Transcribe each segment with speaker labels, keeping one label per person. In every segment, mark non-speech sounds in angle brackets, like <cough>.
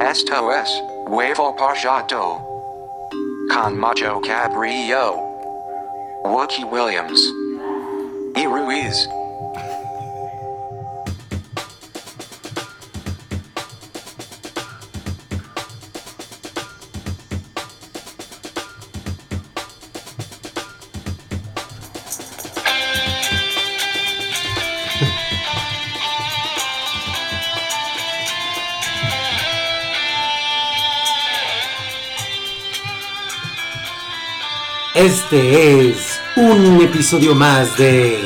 Speaker 1: Esto es huevo parchado. Con Macho Cabrillo. Wookie Williams. Y Ruiz.
Speaker 2: Este es un episodio más de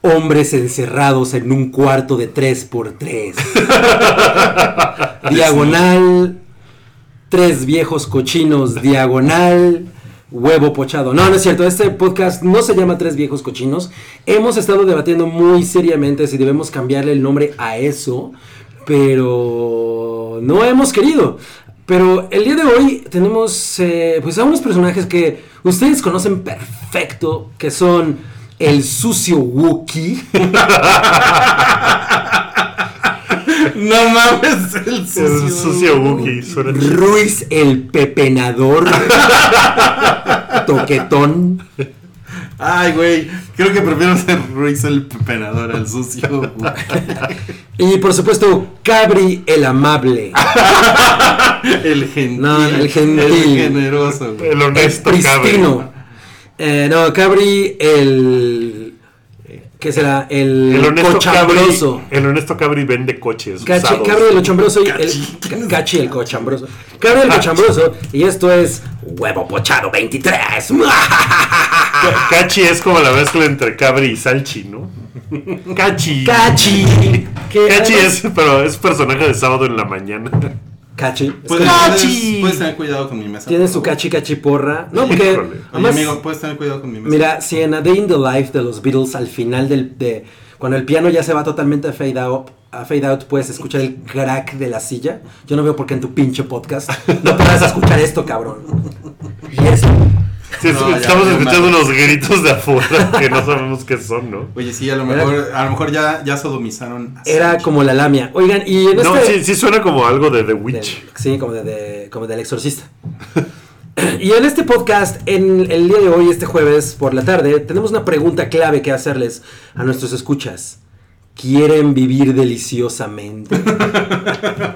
Speaker 2: Hombres encerrados en un cuarto de 3x3. diagonal, tres viejos cochinos, diagonal, huevo pochado. No, no es cierto, este podcast no se llama Tres viejos cochinos. Hemos estado debatiendo muy seriamente si debemos cambiarle el nombre a eso, pero no hemos querido. Pero el día de hoy tenemos eh, pues a unos personajes que ustedes conocen perfecto, que son el sucio Wookie.
Speaker 3: No mames, el
Speaker 4: Es
Speaker 3: sucio.
Speaker 4: un sucio Wookie. suena chido.
Speaker 2: Ruiz el pepenador. <laughs> Toquetón.
Speaker 3: Ay, güey. Creo que prefiero ser Ruiz el penador al sucio. güey.
Speaker 2: Y por supuesto, Cabri el
Speaker 4: <laughs>
Speaker 2: amable.
Speaker 4: Ah,
Speaker 3: El gentil.
Speaker 2: No, el gentil.
Speaker 3: El generoso. güey.
Speaker 4: El honesto cabrón.
Speaker 2: Pristino. Eh, no, Cabri el. ¿Qué será? El,
Speaker 4: El honesto
Speaker 2: cochambroso.
Speaker 4: cabri. El honesto cabri vende coches.
Speaker 2: Cachi-
Speaker 4: usados.
Speaker 2: Cabri el cochambroso y el.
Speaker 3: Cachi.
Speaker 2: Ca- Cachi el cochambroso. Cabri el cochambroso. Y esto es. Huevo pochado 23.
Speaker 4: Ca- Ah, Cachi es como la mezcla entre cabri y salchi, ¿no?
Speaker 2: <laughs>
Speaker 4: Cachi.
Speaker 2: Cachi. Que-
Speaker 4: Cachi es, pero es personaje de sábado en la mañana.
Speaker 2: Cachi.
Speaker 3: ¿Puedes,
Speaker 4: ¡Cachi!
Speaker 3: Pues, puedes tener cuidado con mi mesa.
Speaker 2: Tiene
Speaker 3: por
Speaker 2: su
Speaker 3: favor?
Speaker 2: cachi cachi porra. No, porque.
Speaker 4: Híjole. Oye,
Speaker 3: Oye,
Speaker 2: además-
Speaker 3: amigo, puedes tener cuidado con mi mesa.
Speaker 2: Mira, si en A Day in the Life de los Beatles, al final del. De, cuando el piano ya se va totalmente a fade out, a fade out, puedes escuchar el crack de la silla. Yo no veo por qué en tu pinche podcast no puedas escuchar esto,
Speaker 4: <laughs>
Speaker 2: cabrón. Y eso.
Speaker 4: Sí, es-
Speaker 3: No, ya,
Speaker 4: estamos
Speaker 3: ya,
Speaker 4: escuchando
Speaker 3: madre.
Speaker 4: unos gritos de afuera que no sabemos qué son, ¿no?
Speaker 3: Oye, sí, a lo
Speaker 2: Era-
Speaker 3: mejor, a lo mejor ya, ya sodomizaron. a
Speaker 2: Era
Speaker 3: Sancho.
Speaker 2: como la lamia. Oigan, y en
Speaker 4: No,
Speaker 2: este.
Speaker 4: sí, sí suena como algo de The
Speaker 2: del-
Speaker 4: Witch.
Speaker 2: sí, como, de, de- como del exorcista. <laughs> y en este podcast, en el día de hoy, este jueves por la tarde, tenemos una pregunta clave que hacerles a nuestros escuchas. ¿Quieren vivir deliciosamente?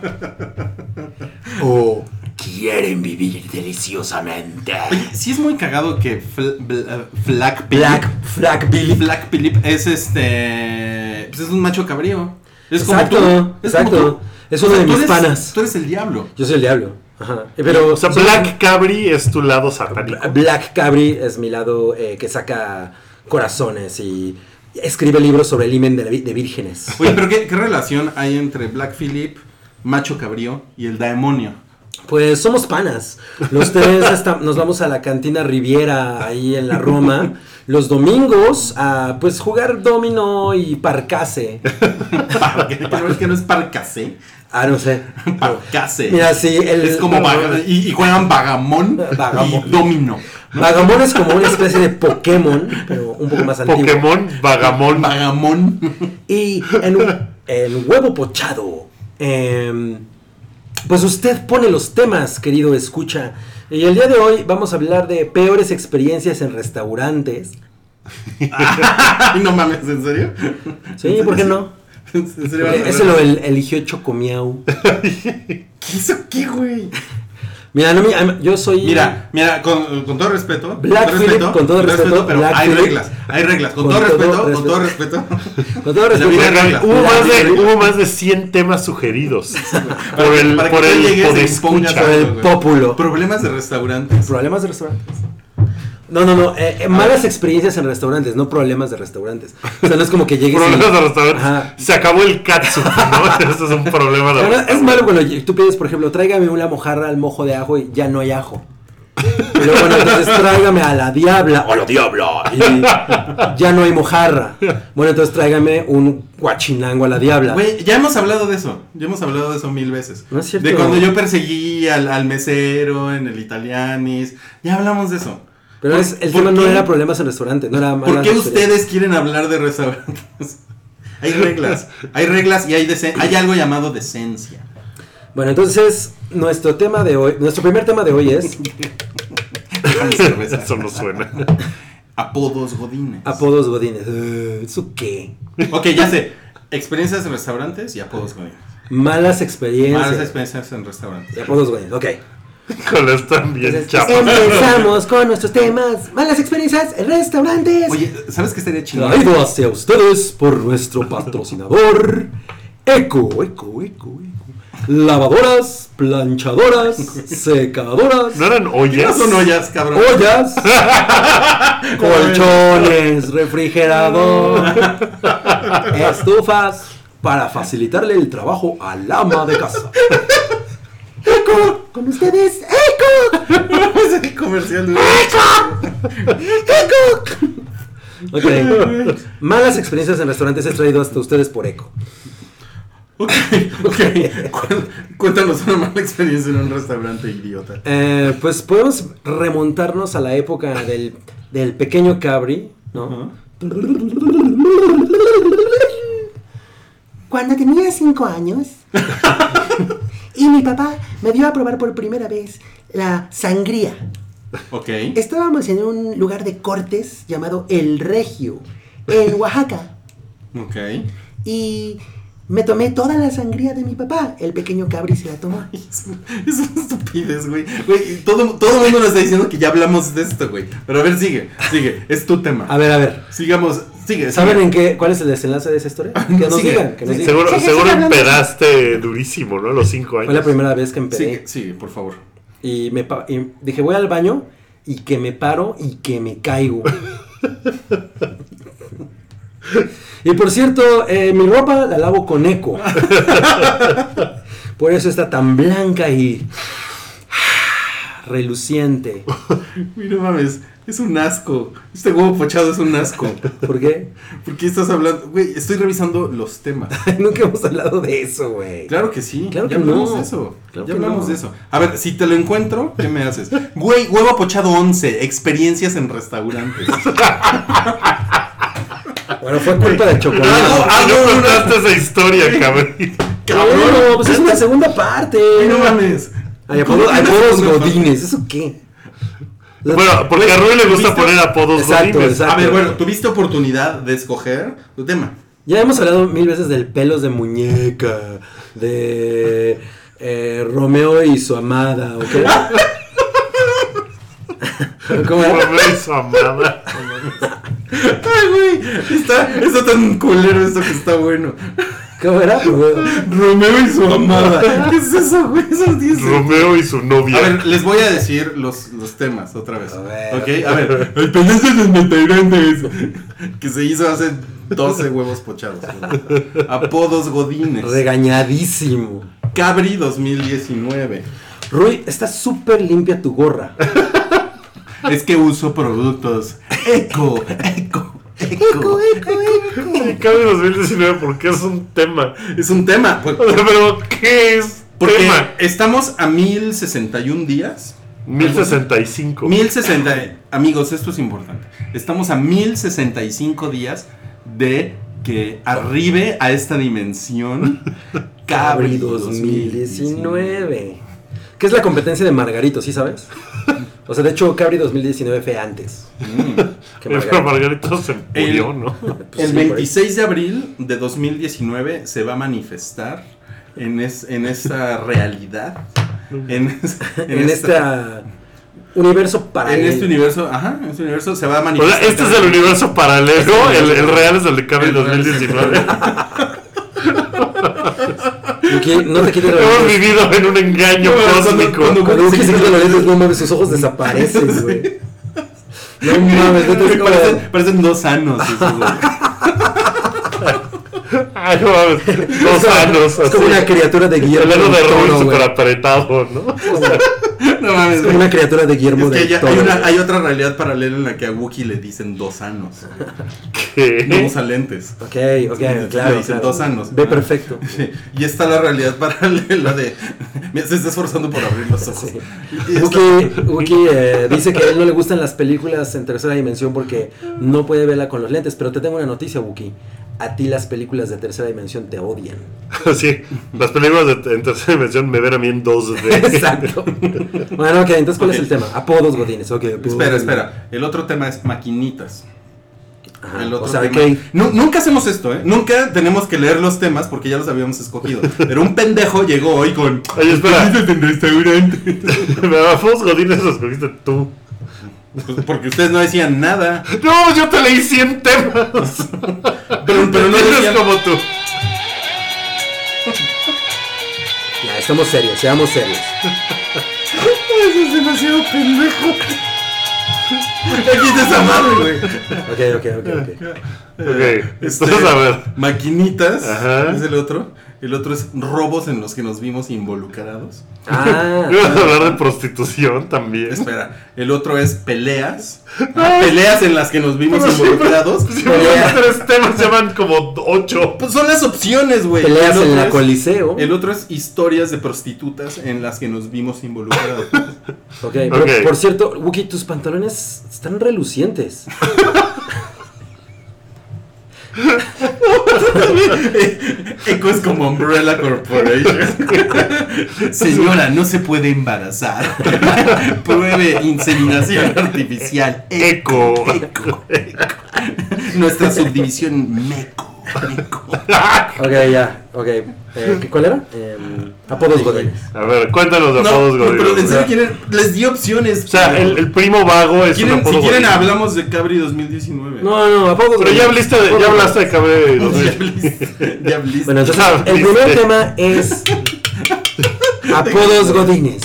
Speaker 2: <laughs> ¿O quieren vivir deliciosamente?
Speaker 3: Sí es muy cagado que Fl- Bl- eh, Flack Phillip-
Speaker 2: Black, Black Billy.
Speaker 3: Black Phillip es este. Pues es un macho cabrío. Es
Speaker 2: Exacto,
Speaker 3: como tú. Es
Speaker 2: exacto.
Speaker 3: como tú.
Speaker 2: Es uno de
Speaker 3: tú
Speaker 2: mis
Speaker 3: eres-
Speaker 2: panas.
Speaker 3: Tú eres el diablo.
Speaker 2: Yo soy el diablo. Ajá. Eh, Pero
Speaker 4: O sea, Black Cabri es tu lado satánico.
Speaker 2: Black Cabri es mi lado eh, que saca corazones y escribe libros sobre el himen de, la vi- de vírgenes.
Speaker 3: Oye, pero ¿qué, qué relación hay entre Black Phillip, macho cabrío y el demonio? <laughs>
Speaker 2: Pues somos panas. Los tres hasta- nos vamos a la cantina Riviera ahí en la Roma los domingos a pues jugar domino y parcase.
Speaker 3: Parque- Pero es que no es parcase.
Speaker 2: Ah, no sé.
Speaker 3: Parcase.
Speaker 2: Mira, sí, el-
Speaker 3: es como vaga- y, y juegan vagamón,
Speaker 2: Vagamón.
Speaker 3: y domino.
Speaker 2: Vagamon es como una especie de Pokémon, pero un poco más antiguo.
Speaker 4: Pokémon, Vagamón.
Speaker 3: Vagamón. <laughs>
Speaker 2: Y en, un- en huevo pochado. em, pues usted pone los temas, querido escucha. Y el día de hoy vamos a hablar de peores experiencias en restaurantes.
Speaker 3: Ay, no mames, ¿en serio? <laughs>
Speaker 2: Sí, ¿por qué no?
Speaker 3: ¿En serio?
Speaker 2: Eh, Ese lo el- eligió Chocomiau.
Speaker 3: ¿Qué hizo qué, güey?
Speaker 2: Mira, no, me- yo soy.
Speaker 3: Mira, mira, con, con todo respeto.
Speaker 2: Black
Speaker 3: con todo
Speaker 2: Phillip,
Speaker 3: respeto,
Speaker 2: con todo respeto,
Speaker 3: pero
Speaker 2: Black
Speaker 3: hay
Speaker 2: Phillip.
Speaker 3: reglas, hay reglas. Con, todo, respeto, con todo respeto.
Speaker 4: <laughs>
Speaker 2: Con todo respeto.
Speaker 3: La vida
Speaker 4: Oigan,
Speaker 3: reglas.
Speaker 4: Hubo
Speaker 3: La
Speaker 4: más, de,
Speaker 3: vida
Speaker 4: hubo más de 100
Speaker 3: <laughs>
Speaker 4: temas sugeridos por
Speaker 3: que-
Speaker 4: el,
Speaker 3: para que
Speaker 4: por
Speaker 3: tú
Speaker 4: el
Speaker 3: llegues y
Speaker 4: podescucha.
Speaker 3: pongas
Speaker 2: Por el
Speaker 3: güey.
Speaker 2: pópulo.
Speaker 3: Problemas de restaurantes.
Speaker 2: Problemas de restaurantes. No, no, no. eh, eh, malas experiencias en restaurantes, no problemas de restaurantes. O sea, no es como que llegues. y-
Speaker 4: Problemas de restaurantes.
Speaker 2: Ajá.
Speaker 4: Se acabó el katsu, ¿no? <laughs> Eso es un problema de
Speaker 2: Pero
Speaker 4: restaurantes.
Speaker 2: es
Speaker 4: <laughs>
Speaker 2: malo cuando tú pides, por ejemplo, tráigame una mojarra al mojo de ajo y ya no hay ajo. Pero bueno, entonces tráigame a la diabla. ¡A la diabla! Y ya no hay mojarra. Bueno, entonces tráigame un guachinango a la diabla.
Speaker 3: Güey, ya hemos hablado de eso. Ya hemos hablado de eso mil veces.
Speaker 2: No es cierto.
Speaker 3: De cuando yo perseguí al, al mesero en el Italianis. Ya hablamos de eso.
Speaker 2: Pero
Speaker 3: ¿Por-
Speaker 2: es, el
Speaker 3: por
Speaker 2: tema no
Speaker 3: qué-
Speaker 2: era problemas en restaurantes, no era
Speaker 3: ¿Por
Speaker 2: malas
Speaker 3: qué
Speaker 2: experiencias.
Speaker 3: ustedes quieren hablar de <laughs>
Speaker 4: <laughs>
Speaker 3: restaurantes? hay reglas. Hay reglas y hay, dece- hay algo llamado decencia.
Speaker 2: Bueno, entonces, nuestro tema de hoy, nuestro primer tema de hoy es
Speaker 3: Déjame cerveza.
Speaker 4: <laughs> Eso no suena.
Speaker 3: Apodos godines.
Speaker 2: apodos godines. Eh, ¿Eso qué?
Speaker 3: ok, ya sé. Experiencias en restaurantes y apodos godines.
Speaker 2: Malas experiencias.
Speaker 3: Malas experiencias en restaurantes.
Speaker 2: Y apodos godines, ok.
Speaker 4: Con las están bien
Speaker 5: Pues
Speaker 2: Entonces,
Speaker 4: chapas.
Speaker 2: empezamos con nuestros temas. Malas experiencias en restaurantes.
Speaker 3: Oye, ¿sabes qué estaría chingón?
Speaker 2: Traído hacia ustedes por nuestro patrocinador Eco, Eco, Eco, Eco. Lavadoras, planchadoras, secadoras,
Speaker 4: ¿No eran
Speaker 3: Ya
Speaker 4: ollas?
Speaker 3: son ollas, cabrón.
Speaker 2: <laughs> ollas, <laughs> colchones, refrigerador, estufas, para facilitarle el trabajo al ama de casa. Eco, con ustedes, Eco,
Speaker 3: <laughs> Es el comercial de-
Speaker 2: Eco. Ok, malas experiencias en restaurantes he traído hasta ustedes por Eco.
Speaker 3: Ok, ok. Cu- Cuéntanos una mala experiencia en un restaurante idiota.
Speaker 2: Eh, pues podemos remontarnos a la época del, del pequeño Cabri, ¿no?
Speaker 5: Cuando tenía cinco años y mi papá me dio a probar por primera vez la sangría.
Speaker 3: Ok.
Speaker 5: Estábamos en un lugar de cortes llamado El Regio, en Oaxaca,
Speaker 3: Ok. <laughs>
Speaker 5: y me tomé toda la sangría de mi papá. El pequeño Cabri se la tomó.
Speaker 3: Es es una estupidez, güey. Güey, todo, todo el mundo nos está diciendo que ya hablamos de esto, güey. Pero a ver, sigue, sigue. Es tu tema.
Speaker 2: A ver, a ver.
Speaker 3: Sigamos, sigue.
Speaker 2: ¿Saben
Speaker 3: sigue.
Speaker 2: en qué, cuál es el desenlace de esa historia? Que nos
Speaker 3: Sigue.
Speaker 2: digan, que nos digan.
Speaker 4: Seguro,
Speaker 5: Sí, sí,
Speaker 4: seguro
Speaker 5: sí, hablando.
Speaker 4: empedaste durísimo, ¿no? A los cinco
Speaker 2: Fue la
Speaker 4: años.
Speaker 2: primera vez que empecé.
Speaker 3: Sigue, sigue, por favor.
Speaker 2: Y, me pa- y dije, voy al baño y que me paro y que me caigo. y por cierto, eh, mi ropa la lavo con eco. por eso está tan blanca y reluciente.
Speaker 3: Güey, no mames, es un asco. Este huevo pochado es un asco.
Speaker 2: <laughs> ¿Por qué?
Speaker 3: ¿Por qué estás hablando? Güey, estoy revisando los temas.
Speaker 2: Nunca hemos hablado de eso, güey.
Speaker 3: Claro que sí.
Speaker 2: Claro
Speaker 3: ya
Speaker 2: que
Speaker 3: hablamos
Speaker 2: no.
Speaker 3: de eso.
Speaker 2: Claro
Speaker 3: ya
Speaker 2: que
Speaker 3: hablamos
Speaker 2: no.
Speaker 3: de eso. A ver, si te lo encuentro, ¿qué me haces? Güey, huevo pochado 11. Experiencias
Speaker 2: <laughs>
Speaker 3: en restaurantes.
Speaker 2: Bueno, fue culpa de
Speaker 4: No,
Speaker 2: chocolate.
Speaker 4: no,
Speaker 3: Ah, no, no, no.
Speaker 4: contaste esa historia, cabrón.
Speaker 2: Bueno, pues es una segunda parte.
Speaker 3: Güey, no mames.
Speaker 2: Hay apodos, hay apodos godines. ¿Eso qué?
Speaker 4: Bueno, porque a Rui le gusta
Speaker 3: ¿Viste?
Speaker 4: poner apodos
Speaker 2: Exacto,
Speaker 4: godines.
Speaker 2: exacto.
Speaker 3: A ver, bueno, tuviste oportunidad de escoger tu tema.
Speaker 2: Ya hemos hablado mil veces del pelos de muñeca, de eh, Romeo y su amada, ¿o qué <laughs> era? ¿Cómo era?
Speaker 4: Hombre, su amada.
Speaker 3: Ay, güey. Está, está tan culero esto que está bueno.
Speaker 2: ¿Cómo era?
Speaker 3: Romeo y su amada. <laughs> ¿Qué es eso, güey? Esos dicen.
Speaker 4: Romeo y su novia.
Speaker 3: A ver, les voy a decir los, los temas otra vez.
Speaker 2: A ver.
Speaker 3: Ok, a ver. El pendiente de los restaurantes. Que se hizo hace 12 huevos pochados. güey. Apodos Godines.
Speaker 2: Regañadísimo.
Speaker 3: Cabri 2019.
Speaker 2: Rui, está súper limpia tu gorra.
Speaker 3: Es que uso productos. Eco, eco, eco.
Speaker 4: Y cabe 2019 porque es un tema.
Speaker 3: Es un tema. pues,
Speaker 4: O sea, pero ¿qué es
Speaker 3: Porque
Speaker 4: tema?
Speaker 3: estamos a 1061 días.
Speaker 4: 1065.
Speaker 3: 1060. Amigos, esto es importante. Estamos a 1065 días de que arribe a esta dimensión
Speaker 2: Cabri 2019. Que es la competencia de Margarito, ¿sí sabes? O sea, de hecho, Cabri 2019 fue antes que
Speaker 4: Pero
Speaker 2: Margarito.
Speaker 4: Margarito se murió,
Speaker 3: El-
Speaker 4: ¿no?
Speaker 2: Pues
Speaker 3: El
Speaker 2: sí, por ahí.
Speaker 3: 26 de abril de 2019 se va a manifestar en, es- en esta realidad. En, es- en
Speaker 2: En este
Speaker 3: esta-
Speaker 2: universo para
Speaker 3: en este universo, ajá, en este universo se va a
Speaker 4: O
Speaker 3: manifestar.
Speaker 4: sea, este es
Speaker 3: <laughs>
Speaker 4: el universo paralelo.
Speaker 3: Este es
Speaker 4: El,
Speaker 3: el
Speaker 4: el real es el de Cabri
Speaker 3: El real es el
Speaker 4: 2019. <laughs>
Speaker 2: No te quites la
Speaker 4: Hemos
Speaker 2: gorra.
Speaker 4: vivido en un engaño
Speaker 3: No, cuando-
Speaker 4: cósmico.
Speaker 3: cuando-
Speaker 2: Cuando Uki se quita los lentes, no mames, sus
Speaker 3: <laughs>
Speaker 2: ojos desaparecen, güey. No mames, no te
Speaker 3: parecen, parecen dos sanos. esos, güey.
Speaker 4: Ay, no mames. Dos años.
Speaker 2: Es como
Speaker 4: así.
Speaker 2: una criatura de
Speaker 4: El
Speaker 2: Guillermo
Speaker 4: dedo de
Speaker 2: del
Speaker 4: Rubén
Speaker 2: Toro, güey.
Speaker 4: súper apretado, ¿no?
Speaker 3: No mames,
Speaker 2: Es como
Speaker 3: güey.
Speaker 2: una criatura de Guillermo
Speaker 3: Es que
Speaker 2: del
Speaker 3: ya hay,
Speaker 2: Toro.
Speaker 3: una- hay otra realidad paralela en la que a Wookiee le dicen dos anos.
Speaker 2: ¿Eh?
Speaker 4: Que-
Speaker 3: No
Speaker 4: <laughs>
Speaker 3: usa lentes.
Speaker 2: Ok, ok,
Speaker 3: Le
Speaker 2: claro, claro.
Speaker 3: dicen dos anos.
Speaker 2: Ve perfecto.
Speaker 3: <laughs> Sí, Y está la realidad <laughs> paralela de. Mira, se está esforzando por abrir los ojos.
Speaker 2: Sí.
Speaker 3: Y está-
Speaker 2: Uki, Uki, eh, dice que a él no le gustan las películas en tercera dimensión porque no puede verla con los lentes. Pero te tengo una noticia, Uki. a ti las películas de tercera dimensión te odian.
Speaker 4: Sí, las películas de, en tercera dimensión me ven a mí
Speaker 2: <laughs>
Speaker 4: en <laughs> 2D.
Speaker 2: Exacto. bueno, ok, entonces, ¿cuál es el tema? Apodos, godines. Ok, apodos.
Speaker 3: Espera, espera. El otro tema es maquinitas.
Speaker 2: Ajá,
Speaker 3: El otro
Speaker 2: o sea,
Speaker 3: tema-
Speaker 2: ok.
Speaker 3: Nu- nunca hacemos esto, ¿eh? Nunca tenemos que leer los temas porque ya los habíamos escogido. Pero un pendejo llegó hoy con. "Pues,
Speaker 4: Oye, espera.
Speaker 3: "Ustedes en restaurante. <laughs>
Speaker 4: Vamos, Godines, los cogiste tú.
Speaker 3: Pues porque ustedes no decían nada.
Speaker 4: No, yo te leí 100 temas.
Speaker 3: Pero, pero
Speaker 4: <laughs>
Speaker 3: no
Speaker 4: Eres
Speaker 3: decían.
Speaker 4: como tú.
Speaker 2: Ya, estamos serios, seamos serios.
Speaker 3: Eso es demasiado pendejo. Aquí es esa madre, güey.
Speaker 2: Ok, ok, ok, ok.
Speaker 4: Ok,
Speaker 3: Este,
Speaker 4: entonces a ver.
Speaker 3: Maquinitas
Speaker 4: Ajá.
Speaker 3: es el otro. El otro es robos en los que nos vimos involucrados.
Speaker 2: Ah,
Speaker 4: Ibas a hablar de prostitución también. <laughs>
Speaker 3: Espera, el otro es peleas. Ah, peleas en las que nos vimos
Speaker 4: Pero siempre-
Speaker 3: involucrados.
Speaker 4: Siempre los tres temas llevan como 8.
Speaker 3: Pues son las opciones, güey.
Speaker 2: peleas
Speaker 3: El
Speaker 2: en
Speaker 3: otro
Speaker 2: la
Speaker 3: es-
Speaker 2: coliseo.
Speaker 3: El otro es historias de prostitutas en las que nos vimos involucrados.
Speaker 2: Ok, pero,
Speaker 4: Ok.
Speaker 2: por cierto, Wookie, tus pantalones están relucientes.
Speaker 3: <laughs> Eco es como Umbrella Corporation. <laughs> Señora, no se puede embarazar. <laughs> Pruebe inseminación artificial.
Speaker 4: Eco.
Speaker 3: Nuestra subdivisión Meco. Meco.
Speaker 2: Ok, ya, ok. Eh, ¿qué- ¿Cuál era? Eh, apodos godines.
Speaker 4: <laughs> A ver, cuéntanos de apodos
Speaker 3: No, no, pero en
Speaker 4: Godines.
Speaker 3: serio quieren, les di opciones.
Speaker 4: O sea, el, el primo vago es un
Speaker 3: Quieren-
Speaker 4: apodo
Speaker 3: si quieren
Speaker 4: Godín.
Speaker 3: hablamos de Cabri 2019. <laughs>
Speaker 2: No, no, apodos
Speaker 4: Pero ya hablaste de, ya hablaste de Cabre
Speaker 3: ya <laughs>
Speaker 4: 2000.
Speaker 3: habliste. Ya habliste.
Speaker 2: Bueno, entonces
Speaker 4: Ya
Speaker 2: el primer
Speaker 4: habliste.
Speaker 2: tema es apodos godines.